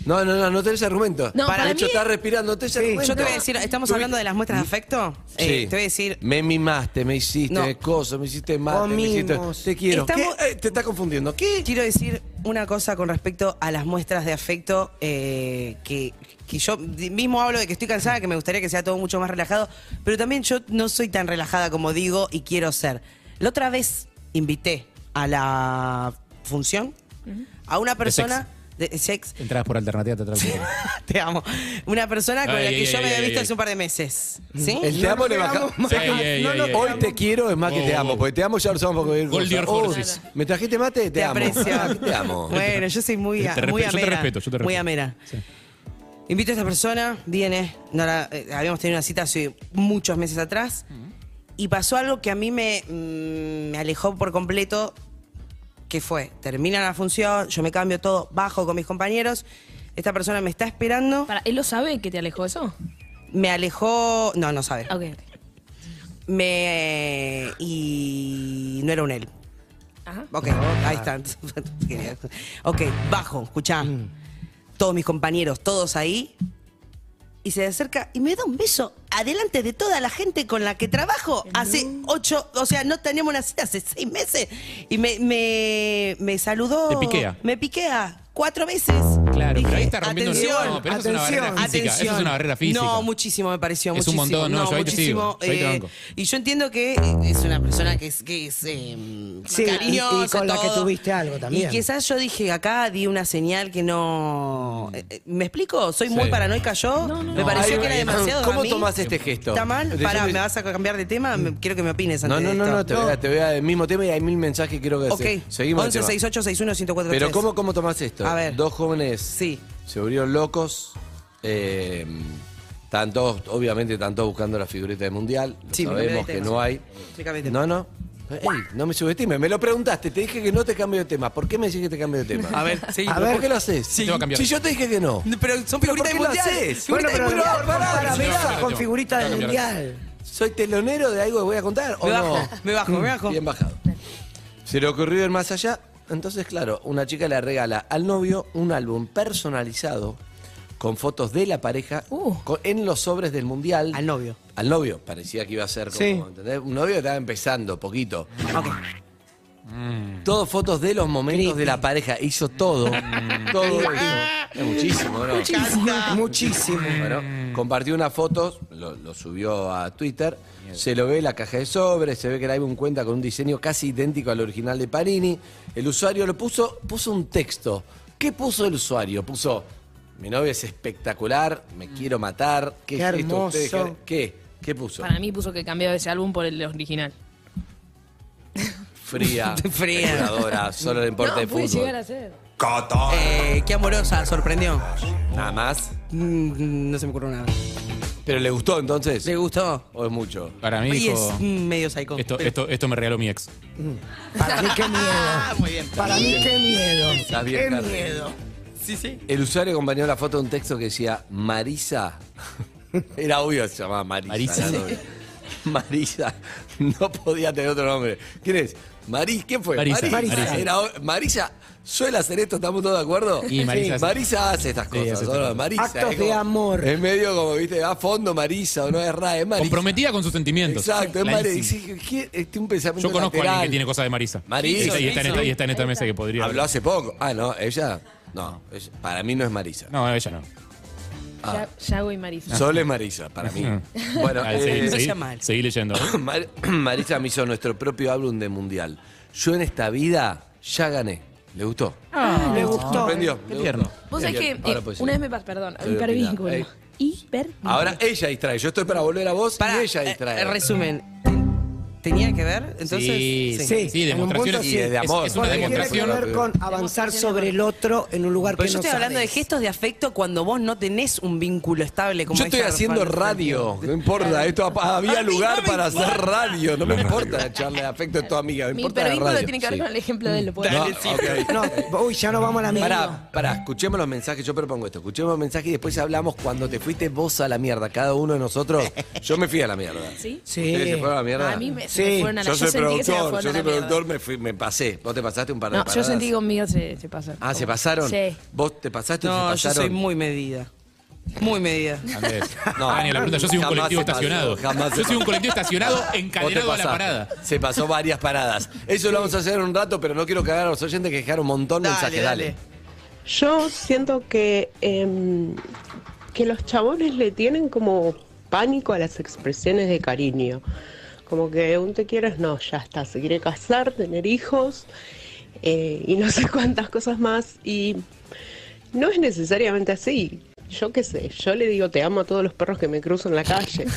[SPEAKER 8] No, no, no, no tenés argumento.
[SPEAKER 9] No, para
[SPEAKER 8] de hecho,
[SPEAKER 9] mí-
[SPEAKER 8] estás respirando, no tenés argumento.
[SPEAKER 9] Yo te voy a decir, estamos hablando de las muestras de afecto. Eh,
[SPEAKER 8] Sí.
[SPEAKER 9] te voy a decir.
[SPEAKER 8] Me mimaste, me hiciste
[SPEAKER 9] No.
[SPEAKER 8] coso, me hiciste mal, me hiciste.
[SPEAKER 9] Comimos.
[SPEAKER 8] Te quiero.
[SPEAKER 9] Estamos-
[SPEAKER 8] ¿Qué? Eh, te estás confundiendo. ¿Qué?
[SPEAKER 9] Quiero decir una cosa con respecto a las muestras de afecto eh, que, que yo di- mismo hablo de que estoy cansada, que me gustaría que sea todo mucho más relajado, pero también yo no soy tan relajada como digo y quiero ser. La otra vez invité a la función a una persona de sex
[SPEAKER 11] Entradas por alternativa, te atrás.
[SPEAKER 9] Te amo. Una persona con
[SPEAKER 11] Ay,
[SPEAKER 9] la que
[SPEAKER 11] ay,
[SPEAKER 9] yo
[SPEAKER 11] ay,
[SPEAKER 9] me había
[SPEAKER 11] ay,
[SPEAKER 9] visto
[SPEAKER 11] ay.
[SPEAKER 9] hace un par de meses. ¿Sí?
[SPEAKER 8] El te amo le baja.
[SPEAKER 11] Sí, ey, ey,
[SPEAKER 8] No, no,
[SPEAKER 11] ey,
[SPEAKER 8] Hoy
[SPEAKER 11] ey.
[SPEAKER 8] te quiero es más que
[SPEAKER 11] Oh,
[SPEAKER 8] te amo.
[SPEAKER 11] oh.
[SPEAKER 8] Porque te amo ya lo somos porque
[SPEAKER 11] Gold Dear Horses.
[SPEAKER 8] Oh, ¿Me trajiste mate? Te,
[SPEAKER 9] Te
[SPEAKER 8] amo.
[SPEAKER 9] aprecio.
[SPEAKER 8] Ah, Te amo.
[SPEAKER 9] Bueno, yo soy muy,
[SPEAKER 8] Te respeto,
[SPEAKER 9] muy
[SPEAKER 8] yo te
[SPEAKER 9] amera.
[SPEAKER 8] respeto, yo te
[SPEAKER 9] Muy
[SPEAKER 8] respeto.
[SPEAKER 9] amera. Invito a esta persona, viene. no la- eh, habíamos tenido una cita hace muchos meses atrás. Y pasó algo que a mí me, mm, me alejó por completo, que fue, termina la función, yo me cambio todo, bajo con mis compañeros, esta persona me está esperando.
[SPEAKER 20] ¿Él lo sabe que te alejó eso?
[SPEAKER 9] Me alejó, no, no sabe.
[SPEAKER 20] Ok.
[SPEAKER 9] Me. Y. No era un él.
[SPEAKER 20] Ajá.
[SPEAKER 9] Ok, ahí está. ok, bajo, escuchá.
[SPEAKER 11] Mm.
[SPEAKER 9] Todos mis compañeros, todos ahí. Y se acerca y me da un beso adelante de toda la gente con la que trabajo. Hace ocho, o sea, no teníamos una cita hace seis meses. Y me, me, me saludó.
[SPEAKER 11] Te piquea.
[SPEAKER 9] Me piquea cuatro veces.
[SPEAKER 11] Claro, pero ahí
[SPEAKER 9] Dije,
[SPEAKER 11] está rompiendo el-
[SPEAKER 9] atención,
[SPEAKER 11] No, pero eso es una barrera
[SPEAKER 9] atención,
[SPEAKER 11] física, eso es una barrera física.
[SPEAKER 9] No, muchísimo me pareció.
[SPEAKER 11] Es un
[SPEAKER 9] muchísimo.
[SPEAKER 11] montón, no, yo ahí te
[SPEAKER 9] muchísimo,
[SPEAKER 11] sigo, yo ahí te
[SPEAKER 9] eh,
[SPEAKER 11] banco.
[SPEAKER 9] y yo entiendo que eh, es una persona que es, que es eh,
[SPEAKER 10] Sí, y-
[SPEAKER 9] cariñosa,
[SPEAKER 10] y con la que
[SPEAKER 9] todo.
[SPEAKER 10] tuviste algo también.
[SPEAKER 9] Y quizás yo dije, acá di una señal que no... eh, eh, ¿Me explico? ¿Soy muy
[SPEAKER 8] Sí.
[SPEAKER 9] paranoica yo? Me
[SPEAKER 8] No,
[SPEAKER 9] pareció
[SPEAKER 8] ahí-
[SPEAKER 9] que era
[SPEAKER 8] ahí-
[SPEAKER 9] demasiado
[SPEAKER 8] ¿Cómo
[SPEAKER 9] a mí.
[SPEAKER 8] tomás este gesto?
[SPEAKER 9] ¿Está mal?
[SPEAKER 8] Decime- Mm.
[SPEAKER 9] Pará, ¿me vas a cambiar de tema? Me- Quiero que me opines antes
[SPEAKER 8] No, no,
[SPEAKER 9] de
[SPEAKER 8] no,
[SPEAKER 9] esto.
[SPEAKER 8] no, te voy a, te voy a- el mismo tema y hay mil mensajes que quiero que
[SPEAKER 9] Ok,
[SPEAKER 8] se- seguimos. el
[SPEAKER 9] 11
[SPEAKER 8] tema.
[SPEAKER 9] 68 61 104
[SPEAKER 8] Pero ¿cómo, ¿cómo tomás esto?
[SPEAKER 9] A ver.
[SPEAKER 8] Dos jóvenes
[SPEAKER 9] Sí.
[SPEAKER 8] se volvieron locos. eh, están todos, obviamente, están todos buscando la figurita del mundial. lo
[SPEAKER 9] Sí, me cambié de
[SPEAKER 8] sabemos que
[SPEAKER 9] tema.
[SPEAKER 8] no hay.
[SPEAKER 9] Explícame el tema.
[SPEAKER 8] No, no. Ey, no me subestimes, me lo preguntaste, te dije que no te cambio de tema. ¿Por qué me decís que te cambio de tema?
[SPEAKER 9] A ver, sí.
[SPEAKER 8] a ver, ¿por qué lo haces?
[SPEAKER 9] Sí. Te va a cambiar.
[SPEAKER 8] Si yo te dije que no.
[SPEAKER 9] Pero son
[SPEAKER 8] ¿Pero
[SPEAKER 9] figuritas
[SPEAKER 8] por
[SPEAKER 9] del
[SPEAKER 8] qué lo
[SPEAKER 9] mundial.
[SPEAKER 8] haces?
[SPEAKER 9] Figuritas
[SPEAKER 8] Bueno,
[SPEAKER 9] del
[SPEAKER 8] pero
[SPEAKER 9] mundial.
[SPEAKER 8] pará,
[SPEAKER 9] Pará,
[SPEAKER 8] pará,
[SPEAKER 9] mirá.
[SPEAKER 8] pará.
[SPEAKER 10] Con figuritas del
[SPEAKER 8] Cambiar.
[SPEAKER 10] mundial.
[SPEAKER 8] ¿Soy telonero de algo que voy a contar o
[SPEAKER 9] Me
[SPEAKER 8] no?
[SPEAKER 9] bajo, me bajo, me bajo.
[SPEAKER 8] Bien bajado. Se le ocurrió ir más allá. Entonces, claro, una chica le regala al novio un álbum personalizado con fotos de la pareja con- en los sobres del mundial. Al
[SPEAKER 9] novio.
[SPEAKER 8] Al novio. Parecía que iba a ser como,
[SPEAKER 9] Sí.
[SPEAKER 8] ¿entendés? Un novio que estaba empezando, poquito. Todo fotos de los momentos de la pareja. Hizo todo. todo hizo. Es muchísimo, ¿no?
[SPEAKER 10] Muchísimo.
[SPEAKER 8] Muchísimo. Bueno, compartió unas fotos, lo, lo subió a Twitter. Se lo ve la caja de sobres, se ve que el álbum cuenta con un diseño casi idéntico al original de Panini. El usuario lo puso, puso un texto. ¿Qué puso el usuario? Puso, Mi novia es espectacular, me quiero matar. ¿Qué,
[SPEAKER 12] Mm.
[SPEAKER 8] es
[SPEAKER 12] Qué
[SPEAKER 8] esto?
[SPEAKER 12] hermoso.
[SPEAKER 8] ¿Ustedes qué- ¿Qué? ¿Qué puso?
[SPEAKER 12] Para mí puso que cambió ese álbum por el original.
[SPEAKER 8] Fría.
[SPEAKER 9] Fría.
[SPEAKER 8] calculadora, Solo le importa el fútbol.
[SPEAKER 12] a ser.
[SPEAKER 9] Eh, qué amorosa, sorprendió.
[SPEAKER 8] Nada más.
[SPEAKER 9] Mm, No se me ocurrió nada.
[SPEAKER 8] ¿Pero le gustó entonces?
[SPEAKER 9] ¿Le gustó?
[SPEAKER 8] ¿O es mucho?
[SPEAKER 11] Para mí
[SPEAKER 9] Y
[SPEAKER 11] dijo,
[SPEAKER 9] es mm, medio psycho.
[SPEAKER 11] esto,
[SPEAKER 9] pero-
[SPEAKER 11] esto, esto me regaló mi ex.
[SPEAKER 10] Para mí qué miedo.
[SPEAKER 9] Muy bien.
[SPEAKER 10] Para mí qué miedo.
[SPEAKER 8] Está bien,
[SPEAKER 10] qué
[SPEAKER 8] Carmen.
[SPEAKER 10] miedo.
[SPEAKER 9] Sí, sí.
[SPEAKER 8] El usuario acompañó la foto de un texto que decía Marisa. Era obvio que se llamaba Marisa.
[SPEAKER 11] Marisa.
[SPEAKER 8] la novia. Marisa. No podía tener otro nombre. ¿Quién es? Maris, ¿quién fue?
[SPEAKER 11] Marisa, Marisa.
[SPEAKER 8] Era ob- Marisa suele hacer esto, ¿estamos todos de acuerdo?
[SPEAKER 11] Y Marisa hace-
[SPEAKER 8] hace estas
[SPEAKER 11] hace
[SPEAKER 8] cosas.
[SPEAKER 11] estas
[SPEAKER 8] ¿no?
[SPEAKER 11] cosas.
[SPEAKER 8] Marisa,
[SPEAKER 10] Actos
[SPEAKER 8] es como-
[SPEAKER 10] de amor.
[SPEAKER 8] Es medio como, viste, a fondo Marisa, o no es rara, es Marisa.
[SPEAKER 11] Comprometida con sus sentimientos.
[SPEAKER 8] Exacto, es Marisa.
[SPEAKER 11] Clarísimo.
[SPEAKER 8] Sí, ¿quién- Este un pensamiento
[SPEAKER 11] Yo conozco a alguien
[SPEAKER 8] lateral.
[SPEAKER 11] que tiene cosas de Marisa.
[SPEAKER 8] Marisa,
[SPEAKER 11] Y, está, y está en esta,
[SPEAKER 8] Marisa.
[SPEAKER 11] y está en esta mesa que podría.
[SPEAKER 8] Habló hace poco. Ah, no, ella. No, ella- para mí no es Marisa.
[SPEAKER 11] No, ella no.
[SPEAKER 8] Ah.
[SPEAKER 12] Ya- Yago y Marisa.
[SPEAKER 8] Sol es Marisa, para mí. Bueno,
[SPEAKER 11] Dale, seguí,
[SPEAKER 8] eh,
[SPEAKER 11] seguí, seguí leyendo.
[SPEAKER 8] Mar- Marisa me hizo nuestro propio álbum de mundial. Yo en esta vida ya gané. ¿Le gustó?
[SPEAKER 12] Ah,
[SPEAKER 8] le gustó. Sorprendió.
[SPEAKER 11] Qué
[SPEAKER 8] le
[SPEAKER 11] tierno.
[SPEAKER 8] gustó.
[SPEAKER 12] Vos sabés
[SPEAKER 8] Bien,
[SPEAKER 12] que
[SPEAKER 8] bien. Ahora
[SPEAKER 12] eh,
[SPEAKER 8] puedes
[SPEAKER 12] una
[SPEAKER 8] ir.
[SPEAKER 12] vez me pasó, perdón,
[SPEAKER 8] Estoy
[SPEAKER 12] hipervínculo.
[SPEAKER 8] opinando.
[SPEAKER 12] Hipervínculo.
[SPEAKER 8] Ahora ella distrae. Yo estoy para volver a vos y ella distrae.
[SPEAKER 9] Eh, Resumen. ¿Tenía que ver? Entonces.
[SPEAKER 11] Sí, sí,
[SPEAKER 10] en un
[SPEAKER 11] demostraciones.
[SPEAKER 10] punto
[SPEAKER 8] y de amor.
[SPEAKER 11] Es, es una
[SPEAKER 8] Porque
[SPEAKER 10] Tiene que
[SPEAKER 11] demostración.
[SPEAKER 10] ver con avanzar sobre el otro en un lugar
[SPEAKER 9] Pero
[SPEAKER 10] que
[SPEAKER 9] yo
[SPEAKER 10] no
[SPEAKER 9] estoy hablando de
[SPEAKER 10] sabes.
[SPEAKER 9] gestos de afecto cuando vos no tenés un vínculo estable como
[SPEAKER 8] Yo estoy
[SPEAKER 9] ella,
[SPEAKER 8] haciendo
[SPEAKER 9] Rafael,
[SPEAKER 8] radio, no importa, esto ap- había lugar para hacer radio, no me importa la charla de afecto de tu amiga, me
[SPEAKER 12] Mi
[SPEAKER 8] importa la
[SPEAKER 12] hipervínculo
[SPEAKER 8] radio.
[SPEAKER 12] tiene que ver
[SPEAKER 8] Sí.
[SPEAKER 12] con el ejemplo de él, ¿lo puedo
[SPEAKER 8] No,
[SPEAKER 12] decir?
[SPEAKER 8] ok.
[SPEAKER 10] No, uy, ya no vamos a la misma.
[SPEAKER 8] Pará, pará, escuchemos los mensajes, yo propongo esto, escuchemos los mensajes y después hablamos cuando te fuiste vos a la mierda, cada uno de nosotros, yo me fui a la mierda.
[SPEAKER 12] ¿Sí?
[SPEAKER 10] Sí.
[SPEAKER 8] ¿Ustedes se fueron a la mierda?
[SPEAKER 12] A mí me, se
[SPEAKER 10] Sí.
[SPEAKER 12] me fueron a la
[SPEAKER 8] Yo soy
[SPEAKER 12] sentí que se
[SPEAKER 8] productor,
[SPEAKER 12] me
[SPEAKER 8] yo
[SPEAKER 12] fueron a
[SPEAKER 8] soy
[SPEAKER 12] la mierda.
[SPEAKER 8] productor, me, fui- me pasé. ¿Vos te pasaste un par de
[SPEAKER 12] No, yo
[SPEAKER 8] paradas?
[SPEAKER 12] sentí que conmigo se, se pasó.
[SPEAKER 8] Ah, ¿se pasaron?
[SPEAKER 12] Sí.
[SPEAKER 8] ¿Vos te pasaste o se
[SPEAKER 9] No, yo
[SPEAKER 8] pasaron?
[SPEAKER 9] soy muy medida. Muy medida.
[SPEAKER 11] Andrés. Daniel, la pregunta, yo soy un
[SPEAKER 8] jamás
[SPEAKER 11] colectivo
[SPEAKER 8] se pasó,
[SPEAKER 11] estacionado.
[SPEAKER 8] jamás se
[SPEAKER 11] Yo soy un
[SPEAKER 8] pasó.
[SPEAKER 11] colectivo estacionado encadenado
[SPEAKER 8] Vos
[SPEAKER 11] a
[SPEAKER 8] te
[SPEAKER 11] la
[SPEAKER 8] pasaste.
[SPEAKER 11] parada.
[SPEAKER 8] Se pasó varias paradas. Eso lo vamos a hacer en un rato, pero no quiero cagar a los oyentes que dejaron un montón de
[SPEAKER 9] Dale,
[SPEAKER 8] mensajes. Dale.
[SPEAKER 20] Yo siento que, em, que los chabones le tienen como pánico a las expresiones de cariño. Como que un te quieres, no, ya está, se quiere casar, tener hijos eh, y no sé cuántas cosas más. Y no es necesariamente así. Yo qué sé, yo le digo te amo a todos los perros que me cruzo en la calle.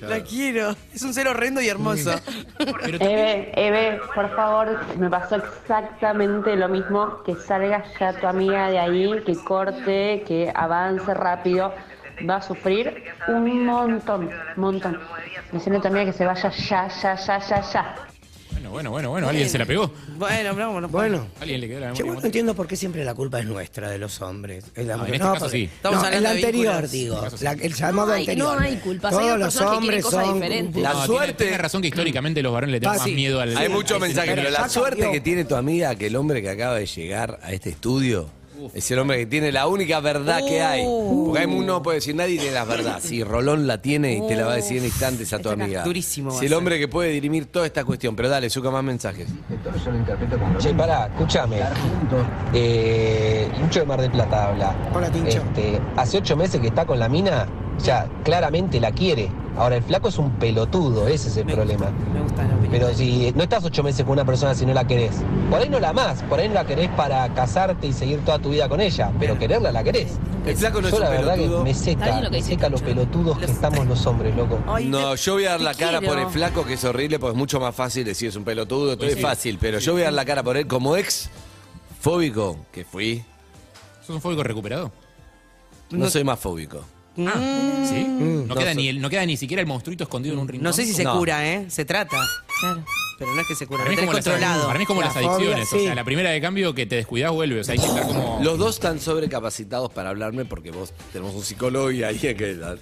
[SPEAKER 9] La quiero. Es un ser horrendo y hermoso.
[SPEAKER 16] Eve, Eve, por favor, me pasó exactamente lo mismo, que salga ya tu amiga de ahí, que corte, que avance rápido, va a sufrir un montón, montón. Decirle a tu amiga que se vaya ya, ya, ya, ya, ya.
[SPEAKER 11] Bueno, bueno, bueno, bueno, alguien se la pegó.
[SPEAKER 9] Bueno, bravo, no.
[SPEAKER 10] Bueno.
[SPEAKER 11] Alguien le quedó la
[SPEAKER 10] Yo
[SPEAKER 11] memoria.
[SPEAKER 10] igual no entiendo por qué siempre la culpa es nuestra, de los hombres. Es la
[SPEAKER 11] No,
[SPEAKER 10] mujer.
[SPEAKER 11] en este caso
[SPEAKER 10] porque-
[SPEAKER 11] sí.
[SPEAKER 10] No,
[SPEAKER 9] Estamos
[SPEAKER 10] el
[SPEAKER 9] hablando de
[SPEAKER 10] anterior,
[SPEAKER 9] vínculos.
[SPEAKER 10] digo.
[SPEAKER 11] En este caso
[SPEAKER 10] la- el llamado
[SPEAKER 12] No hay-
[SPEAKER 10] anterior.
[SPEAKER 12] no hay culpas, hay
[SPEAKER 10] Todos
[SPEAKER 12] otras personas
[SPEAKER 10] los
[SPEAKER 12] que quieren
[SPEAKER 10] hombres
[SPEAKER 12] cosas
[SPEAKER 10] son...
[SPEAKER 12] diferentes.
[SPEAKER 8] La
[SPEAKER 11] No,
[SPEAKER 8] suerte-
[SPEAKER 11] Tiene, tiene razón que históricamente los varones le tenemos
[SPEAKER 10] Ah, sí.
[SPEAKER 11] más miedo al.
[SPEAKER 8] Hay
[SPEAKER 11] al-
[SPEAKER 8] muchos
[SPEAKER 11] al-
[SPEAKER 8] mensajes, pero la
[SPEAKER 10] ya
[SPEAKER 8] suerte
[SPEAKER 10] cambió.
[SPEAKER 8] que tiene tu amiga que el hombre que acaba de llegar a este estudio es el hombre que tiene la única verdad que hay. Porque hay uno puede decir, nadie tiene la verdad. Si Rolón la tiene y te la va a decir en instantes a tu amiga.
[SPEAKER 9] Durísimo va
[SPEAKER 8] Es
[SPEAKER 9] a
[SPEAKER 8] el
[SPEAKER 9] ser.
[SPEAKER 8] hombre que puede dirimir toda esta cuestión. Pero dale, suca más mensajes.
[SPEAKER 18] Che, pará, escúchame. Eh, Lucho de Mar del Plata habla.
[SPEAKER 10] Hola, Tincho.
[SPEAKER 18] Este, hace ocho meses que está con la mina, ya claramente la quiere. Ahora, el flaco es un pelotudo, ese es el problema.
[SPEAKER 9] Me gusta la opinión.
[SPEAKER 18] Pero si no estás ocho meses con una persona si no la querés. Por ahí no la amás, por ahí no la querés para casarte y seguir toda tu vida con ella. Pero quererla la querés.
[SPEAKER 8] El flaco
[SPEAKER 18] Yo
[SPEAKER 8] no es un
[SPEAKER 18] la verdad
[SPEAKER 8] pelotudo.
[SPEAKER 18] que me
[SPEAKER 12] Está
[SPEAKER 18] seca,
[SPEAKER 12] bien lo que
[SPEAKER 18] me
[SPEAKER 12] dice
[SPEAKER 18] seca los pelotudos que estamos los hombres, loco.
[SPEAKER 9] Ay,
[SPEAKER 8] No,
[SPEAKER 9] te-
[SPEAKER 8] yo voy a dar
[SPEAKER 9] te
[SPEAKER 8] la cara
[SPEAKER 9] quiero.
[SPEAKER 8] por el flaco, que es horrible, porque es mucho más fácil decir es un pelotudo, todo
[SPEAKER 11] Pues
[SPEAKER 8] es
[SPEAKER 11] sí.
[SPEAKER 8] fácil, pero yo voy a dar la cara por él como ex fóbico que fui.
[SPEAKER 11] ¿Sos un fóbico recuperado?
[SPEAKER 8] No, soy más fóbico.
[SPEAKER 10] Ah.
[SPEAKER 9] Mm.
[SPEAKER 11] Sí. No,
[SPEAKER 10] Mm.
[SPEAKER 8] No
[SPEAKER 11] queda
[SPEAKER 8] soy-
[SPEAKER 11] ni el- no queda ni siquiera el monstruito escondido en un rincón.
[SPEAKER 9] No sé si se
[SPEAKER 8] No.
[SPEAKER 9] cura, ¿eh? Se trata. Claro. Pero no es que se cura.
[SPEAKER 11] Para
[SPEAKER 9] Lo
[SPEAKER 11] mí, es
[SPEAKER 9] tenés
[SPEAKER 11] como las,
[SPEAKER 9] controlado.
[SPEAKER 11] para mí es como
[SPEAKER 10] La
[SPEAKER 11] las
[SPEAKER 10] fobia,
[SPEAKER 11] adicciones. O sea,
[SPEAKER 10] sí.
[SPEAKER 11] la primera de cambio que te descuidás vuelve. O sea, hay que estar como.
[SPEAKER 8] Los dos están sobrecapacitados para hablarme porque vos tenemos un psicólogo y alguien que la-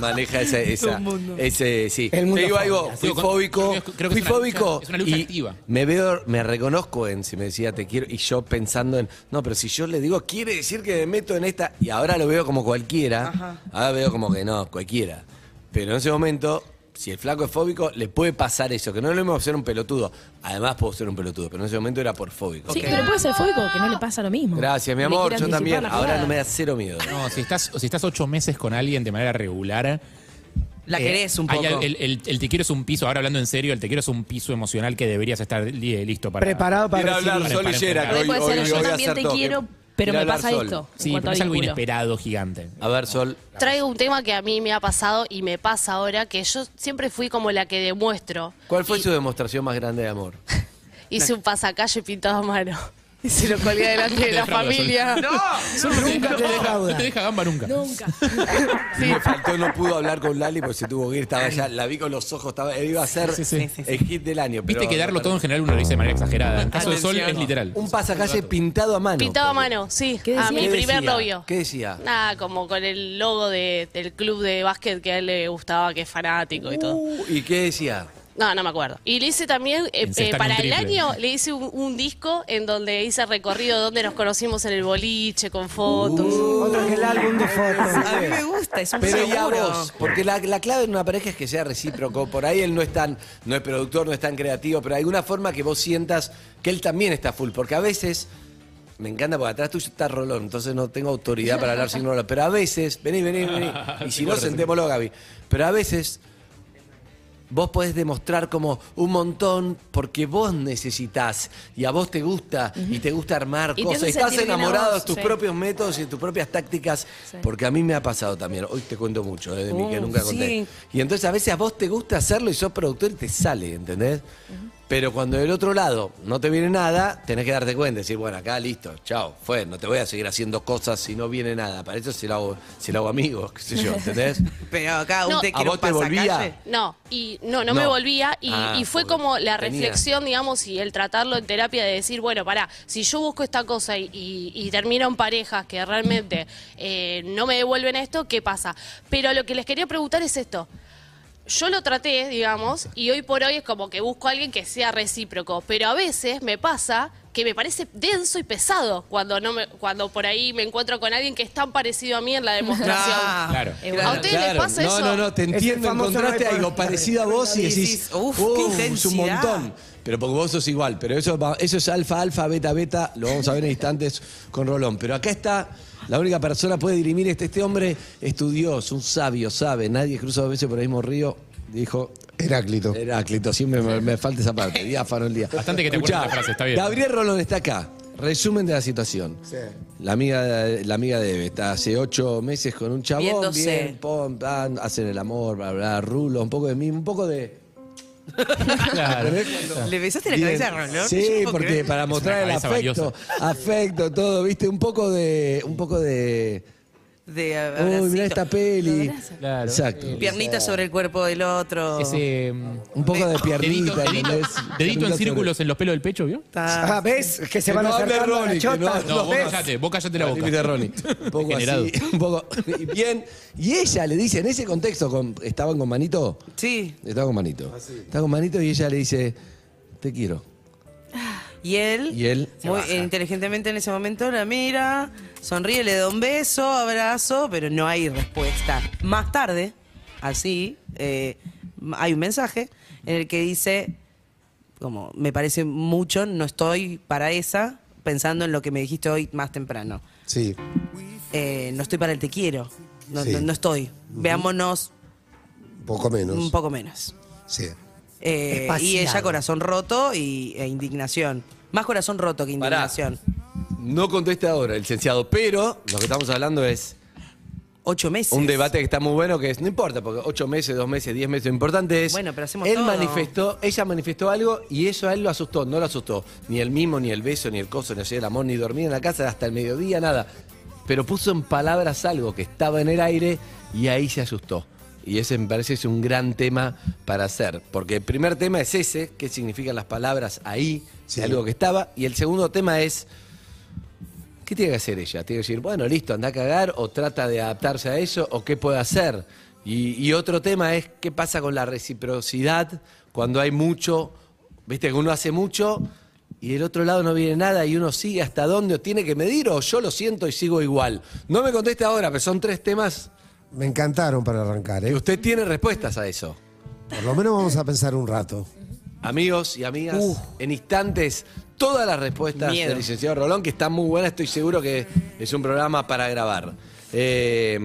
[SPEAKER 8] maneja esa, esa- ese sí.
[SPEAKER 10] El mundo
[SPEAKER 8] Te digo algo,
[SPEAKER 10] fobia.
[SPEAKER 8] fui
[SPEAKER 11] Digo, con-
[SPEAKER 8] fóbico,
[SPEAKER 11] creo que es- creo que
[SPEAKER 8] fui
[SPEAKER 11] es una lucha-
[SPEAKER 8] fóbico
[SPEAKER 11] es una lucha
[SPEAKER 8] y
[SPEAKER 11] activa.
[SPEAKER 8] me veo, me reconozco en si me decía te quiero y yo pensando en, no, pero si yo le digo quiere decir que me meto en esta y ahora lo veo como cualquiera,
[SPEAKER 9] Ajá.
[SPEAKER 8] ahora veo como que no, cualquiera. Pero en ese momento si el flaco es fóbico, le puede pasar eso, que no lo mismo ser un pelotudo. Además puedo ser un pelotudo, pero en ese momento era por fóbico.
[SPEAKER 12] Sí, pero puede ser fóbico, que no le pasa lo mismo.
[SPEAKER 8] Gracias, mi
[SPEAKER 12] Le
[SPEAKER 8] amor,
[SPEAKER 12] quiere
[SPEAKER 8] yo
[SPEAKER 12] anticipar
[SPEAKER 8] también.
[SPEAKER 12] la
[SPEAKER 8] Ahora
[SPEAKER 12] jugada.
[SPEAKER 8] no me da cero miedo.
[SPEAKER 11] No, si estás, si estás ocho meses con alguien de manera regular.
[SPEAKER 9] La
[SPEAKER 11] eh,
[SPEAKER 9] querés un
[SPEAKER 11] hay
[SPEAKER 9] poco.
[SPEAKER 11] al- el, el- el te quiero es un piso, ahora hablando en serio, el te quiero es un piso emocional que deberías estar li- listo para.
[SPEAKER 10] Preparado para
[SPEAKER 8] Quiero
[SPEAKER 10] recibir.
[SPEAKER 8] hablar
[SPEAKER 11] Para-
[SPEAKER 8] Sol y
[SPEAKER 11] para
[SPEAKER 8] Yera, que
[SPEAKER 11] enfrentar.
[SPEAKER 8] hoy,
[SPEAKER 12] Puede ser,
[SPEAKER 8] hoy-
[SPEAKER 12] yo
[SPEAKER 8] hoy va a
[SPEAKER 12] también
[SPEAKER 8] ser
[SPEAKER 12] te
[SPEAKER 8] toque.
[SPEAKER 12] quiero, Pero
[SPEAKER 11] Quiero
[SPEAKER 12] me
[SPEAKER 11] hablar,
[SPEAKER 12] pasa
[SPEAKER 11] Sol.
[SPEAKER 12] esto, en
[SPEAKER 11] Sí,
[SPEAKER 12] cuanto
[SPEAKER 11] pero es
[SPEAKER 12] a
[SPEAKER 11] algo
[SPEAKER 12] vínculo.
[SPEAKER 11] inesperado, gigante.
[SPEAKER 8] A ver, Sol.
[SPEAKER 16] Traigo un tema que a mí me ha pasado y me pasa ahora, que yo siempre fui como la que demuestro.
[SPEAKER 8] ¿Cuál fue su demostración más grande de amor?
[SPEAKER 16] Hice un pasacalle pintado a mano. Y se lo colgué delante de
[SPEAKER 8] Te
[SPEAKER 16] la
[SPEAKER 8] defrauda, Sol.
[SPEAKER 16] familia.
[SPEAKER 8] No,
[SPEAKER 11] Sol no te- no, no te deja gamba nunca.
[SPEAKER 8] Me faltó, no pudo hablar con Lali porque se tuvo que ir, estaba ya, la vi con los ojos, estaba, él iba a ser
[SPEAKER 11] Sí, sí, sí.
[SPEAKER 8] el hit del año.
[SPEAKER 11] Viste
[SPEAKER 8] pero-
[SPEAKER 11] que darlo todo en general uno lo dice de manera exagerada. En caso de Sol
[SPEAKER 8] Atención.
[SPEAKER 11] es literal.
[SPEAKER 8] Un pasacalle pintado a mano.
[SPEAKER 16] Pintado a mano, sí. A mi
[SPEAKER 8] ¿Qué
[SPEAKER 16] primer
[SPEAKER 8] decía?
[SPEAKER 16] novio.
[SPEAKER 8] ¿Qué decía?
[SPEAKER 16] Nada, como con el logo de- del club de básquet que a él le gustaba, que es fanático y todo.
[SPEAKER 8] Uh, ¿Y qué decía?
[SPEAKER 16] No, no me acuerdo. Y le hice también, eh,
[SPEAKER 8] Encestan
[SPEAKER 16] eh,
[SPEAKER 8] un
[SPEAKER 16] para el
[SPEAKER 8] triple.
[SPEAKER 16] año, le hice un, un disco en donde hice recorrido donde nos conocimos en el boliche, con fotos.
[SPEAKER 8] Uh,
[SPEAKER 10] Otro que el álbum de fotos.
[SPEAKER 16] A mí me gusta, es un
[SPEAKER 8] Pero y a
[SPEAKER 16] seguro.
[SPEAKER 8] vos, porque la, la clave en una pareja es que sea recíproco. Por ahí él no es tan, no es productor, no es tan creativo, pero hay una forma que vos sientas que él también está full. Porque a veces, me encanta porque atrás tuyo está Rolón, entonces no tengo autoridad para hablar sin Rolón. Pero a veces, vení, vení, vení. Y si no, sentémoslo, Gaby. Pero a veces. Vos podés demostrar como un montón porque vos necesitas y a vos te gusta y te gusta armar
[SPEAKER 21] Y te
[SPEAKER 8] cosas.
[SPEAKER 21] hace
[SPEAKER 8] Estás
[SPEAKER 21] sentir bien a
[SPEAKER 8] enamorado de
[SPEAKER 21] vos,
[SPEAKER 8] tus
[SPEAKER 21] sí.
[SPEAKER 8] propios métodos y tus propias tácticas
[SPEAKER 21] Sí.
[SPEAKER 8] porque a mí me ha pasado también. Hoy te cuento mucho eh, de mí que
[SPEAKER 21] Uh,
[SPEAKER 8] nunca conté.
[SPEAKER 21] sí.
[SPEAKER 8] Y entonces a veces a vos te gusta hacerlo y sos productor y te sale, ¿entendés? Pero cuando del otro lado no te viene nada, tenés que darte cuenta, decir, bueno, acá listo, chao, fue, no te voy a seguir haciendo cosas si no viene nada. Para eso se lo hago, se lo hago amigos, qué sé yo, ¿entendés?
[SPEAKER 9] Pero acá un
[SPEAKER 16] No.
[SPEAKER 9] te
[SPEAKER 16] ¿A
[SPEAKER 9] quiero
[SPEAKER 8] vos te volvía?
[SPEAKER 16] No, y no, no,
[SPEAKER 8] No.
[SPEAKER 16] me volvía y,
[SPEAKER 8] Ah,
[SPEAKER 16] y fue como la
[SPEAKER 8] tenía.
[SPEAKER 16] reflexión, digamos, y el tratarlo en terapia de decir, bueno, pará, si yo busco esta cosa y, y- y termino en parejas que realmente eh, no me devuelven esto, ¿qué pasa? Pero lo que les quería preguntar es esto. Yo lo traté, digamos, y hoy por hoy es como que busco a alguien que sea recíproco, pero a veces me pasa que me parece denso y pesado cuando no me, cuando por ahí me encuentro con alguien que es tan parecido a mí en la demostración.
[SPEAKER 9] Ah,
[SPEAKER 8] Claro.
[SPEAKER 16] ¿A ustedes les pasa
[SPEAKER 8] no,
[SPEAKER 16] eso?
[SPEAKER 8] No, no, te entiendo, encontraste algo parecido a vos y decís, uff,
[SPEAKER 16] qué
[SPEAKER 8] es un
[SPEAKER 16] intensidad".
[SPEAKER 8] montón. Pero porque vos sos igual, pero eso, va- eso es alfa, alfa, beta, beta, lo vamos a ver en instantes con Rolón. Pero acá está, la única persona puede dirimir, este, este hombre estudioso, un sabio, sabe, nadie cruza dos veces por el mismo río, dijo... Heráclito. Heráclito, siempre me, me falta esa parte, diáfano el día.
[SPEAKER 11] Bastante que te
[SPEAKER 8] Escuchá,
[SPEAKER 11] acuerdes la frase, está bien.
[SPEAKER 8] Gabriel Rolón está acá, resumen de la situación. La amiga, la amiga de Eve está hace ocho meses con un chabón,
[SPEAKER 9] Viéndose.
[SPEAKER 8] bien, pom, pam, hacen el amor, bla, bla, rulo, un poco de mí, un poco de...
[SPEAKER 9] ¿Le besaste la
[SPEAKER 8] Bien.
[SPEAKER 9] cabeza a Rolón? Yo
[SPEAKER 8] Sí,
[SPEAKER 9] no puedo
[SPEAKER 8] porque
[SPEAKER 9] creer.
[SPEAKER 8] para mostrar el afecto, afecto, todo, viste, un poco de, un poco de...
[SPEAKER 9] De
[SPEAKER 8] Uy,
[SPEAKER 9] abracito.
[SPEAKER 8] mirá esta peli. Exacto.
[SPEAKER 9] Piernita sobre el cuerpo del otro.
[SPEAKER 11] Eh, Ese, mm,
[SPEAKER 8] Un poco de piernita,
[SPEAKER 11] dedito,
[SPEAKER 8] ¿entendés?
[SPEAKER 11] dedito en
[SPEAKER 8] Piernita
[SPEAKER 11] círculos en los pelos del pecho, ¿vio?
[SPEAKER 9] Ah,
[SPEAKER 10] ¿ves? Que se
[SPEAKER 8] Que
[SPEAKER 10] van
[SPEAKER 8] no
[SPEAKER 10] a
[SPEAKER 8] hable
[SPEAKER 10] acercando a
[SPEAKER 8] Ronnie,
[SPEAKER 10] la
[SPEAKER 8] que
[SPEAKER 10] chota.
[SPEAKER 8] no-
[SPEAKER 11] No,
[SPEAKER 8] ¿Lo
[SPEAKER 11] vos
[SPEAKER 8] ves?
[SPEAKER 11] callate, vos callate la boca.
[SPEAKER 8] Límite, Ronnie. Un poco
[SPEAKER 11] Degenerado.
[SPEAKER 8] así, un poco. y Bien. Y ella le dice, en ese contexto, con- ¿estaban con Manito?
[SPEAKER 9] Sí.
[SPEAKER 8] Estaba con Manito. Estaba con Manito y ella le dice, te quiero.
[SPEAKER 9] Y él,
[SPEAKER 8] Y él.
[SPEAKER 9] muy inteligentemente en ese momento, la mira, sonríe, le da un beso, abrazo, pero no hay respuesta. Más tarde, así, eh, hay un mensaje en el que dice, como, me parece mucho, no estoy para esa, pensando en lo que me dijiste hoy más temprano.
[SPEAKER 18] Sí.
[SPEAKER 9] Eh, no estoy para el te quiero, no,
[SPEAKER 18] Sí.
[SPEAKER 9] no- no estoy. Veámonos
[SPEAKER 18] Poco menos.
[SPEAKER 9] un poco menos.
[SPEAKER 18] Sí.
[SPEAKER 9] Eh, y
[SPEAKER 18] Espaciado.
[SPEAKER 9] ella corazón roto y, e indignación. Más corazón roto que indignación.
[SPEAKER 8] No contesta ahora, licenciado, pero lo que estamos hablando es.
[SPEAKER 9] Ocho meses.
[SPEAKER 8] Un debate que está muy bueno, que es, no importa, porque ocho meses, dos meses, diez meses, lo importante es.
[SPEAKER 9] Bueno, pero hacemos
[SPEAKER 8] Él
[SPEAKER 9] todo.
[SPEAKER 8] manifestó, ella manifestó algo y eso a él lo asustó, no lo asustó. Ni el mimo, ni el beso, ni el coso, ni hacer el amor, ni dormir en la casa hasta el mediodía, nada. Pero puso en palabras algo que estaba en el aire y ahí se asustó. Y ese me parece es un gran tema para hacer. Porque el primer tema es ese, qué significan las palabras ahí, de algo que estaba. Y el segundo tema es. ¿Qué tiene que hacer ella? Tiene que decir, bueno, listo, anda a cagar, o trata de adaptarse a eso, o qué puede hacer. Y, y otro tema es qué pasa con la reciprocidad cuando hay mucho, viste que uno hace mucho y del otro lado no viene nada y uno sigue hasta dónde o tiene que medir o yo lo siento y sigo igual. No me conteste ahora, pero son tres temas
[SPEAKER 18] Me encantaron para arrancar,
[SPEAKER 8] que
[SPEAKER 18] ¿eh?
[SPEAKER 8] usted tiene respuestas a eso.
[SPEAKER 18] Por lo menos vamos a pensar un rato.
[SPEAKER 8] Amigos y amigas,
[SPEAKER 18] Uh.
[SPEAKER 8] en instantes todas las respuestas
[SPEAKER 18] Miedo.
[SPEAKER 8] del licenciado Rolón, que están muy buenas, estoy seguro que es un programa para grabar. Eh,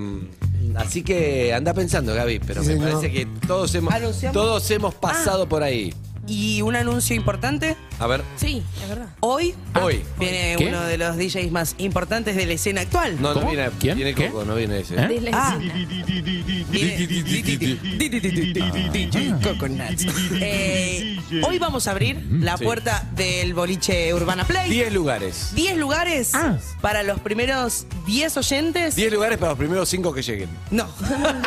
[SPEAKER 8] así que anda pensando, Gaby, pero
[SPEAKER 18] Sí,
[SPEAKER 8] me
[SPEAKER 18] señor.
[SPEAKER 8] parece que todos hemos,
[SPEAKER 9] Anunciamos. Ah.
[SPEAKER 8] todos hemos pasado por ahí.
[SPEAKER 9] Y un anuncio importante.
[SPEAKER 8] A ver.
[SPEAKER 12] Sí, es verdad.
[SPEAKER 9] Hoy
[SPEAKER 8] Ah, Hoy.
[SPEAKER 9] viene
[SPEAKER 8] ¿Qué?
[SPEAKER 9] uno de los DJs más importantes de la escena actual.
[SPEAKER 8] No, no viene. ¿Quién? Viene Coco, no viene
[SPEAKER 11] ¿Eh?
[SPEAKER 8] ese.
[SPEAKER 9] De la Ah. Coconuts. Eh, hoy vamos a abrir la
[SPEAKER 8] Sí.
[SPEAKER 9] puerta del boliche Urbana Play.
[SPEAKER 8] 10 lugares.
[SPEAKER 9] 10 lugares para los primeros 10 oyentes.
[SPEAKER 8] 10 lugares para los primeros 5 que lleguen.
[SPEAKER 9] No.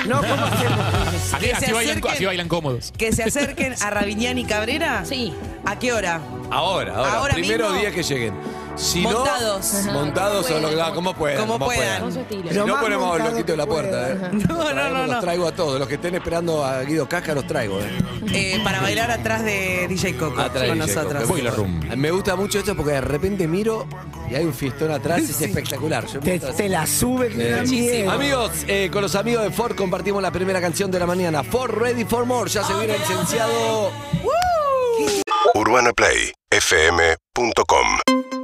[SPEAKER 9] No, ¿cómo hacemos?
[SPEAKER 11] Así,
[SPEAKER 9] Que
[SPEAKER 11] así
[SPEAKER 9] se
[SPEAKER 11] bailan,
[SPEAKER 9] acerquen-
[SPEAKER 11] así bailan cómodos.
[SPEAKER 9] Que se acerquen a Rabiniani y Cabrera. Sí. ¿A qué hora?
[SPEAKER 8] Ahora, ahora.
[SPEAKER 9] Ahora
[SPEAKER 8] primero
[SPEAKER 9] mismo.
[SPEAKER 8] 10 que lleguen. Si
[SPEAKER 9] Montados.
[SPEAKER 8] No,
[SPEAKER 9] Ajá,
[SPEAKER 8] montados
[SPEAKER 9] como
[SPEAKER 8] o lo que
[SPEAKER 9] puedan,
[SPEAKER 8] como puedan.
[SPEAKER 9] como puedan. Con su
[SPEAKER 8] Si
[SPEAKER 9] estilo. Lo
[SPEAKER 8] no
[SPEAKER 9] más
[SPEAKER 8] ponemos
[SPEAKER 9] montado
[SPEAKER 8] loquito en la puerta, ¿eh?
[SPEAKER 9] No, no, no,
[SPEAKER 8] Los
[SPEAKER 9] no.
[SPEAKER 8] traigo a todos. Los que estén esperando a Guido Casca los traigo, ¿eh?
[SPEAKER 9] Eh, para bailar atrás de DJ Coco
[SPEAKER 8] Atrás
[SPEAKER 9] con
[SPEAKER 8] de Jacob.
[SPEAKER 9] nosotros.
[SPEAKER 8] Boiler Room. Eh, Me gusta mucho esto porque de repente miro y hay un fiestón atrás, es espectacular. Yo
[SPEAKER 10] Te,
[SPEAKER 8] miro atrás.
[SPEAKER 10] te la sube que da miedo.
[SPEAKER 8] Amigos, eh, con los amigos de Ford compartimos la primera canción de la mañana. Ford Ready for More. Ya se viene el licenciado.
[SPEAKER 1] UrbanaPlayFM.com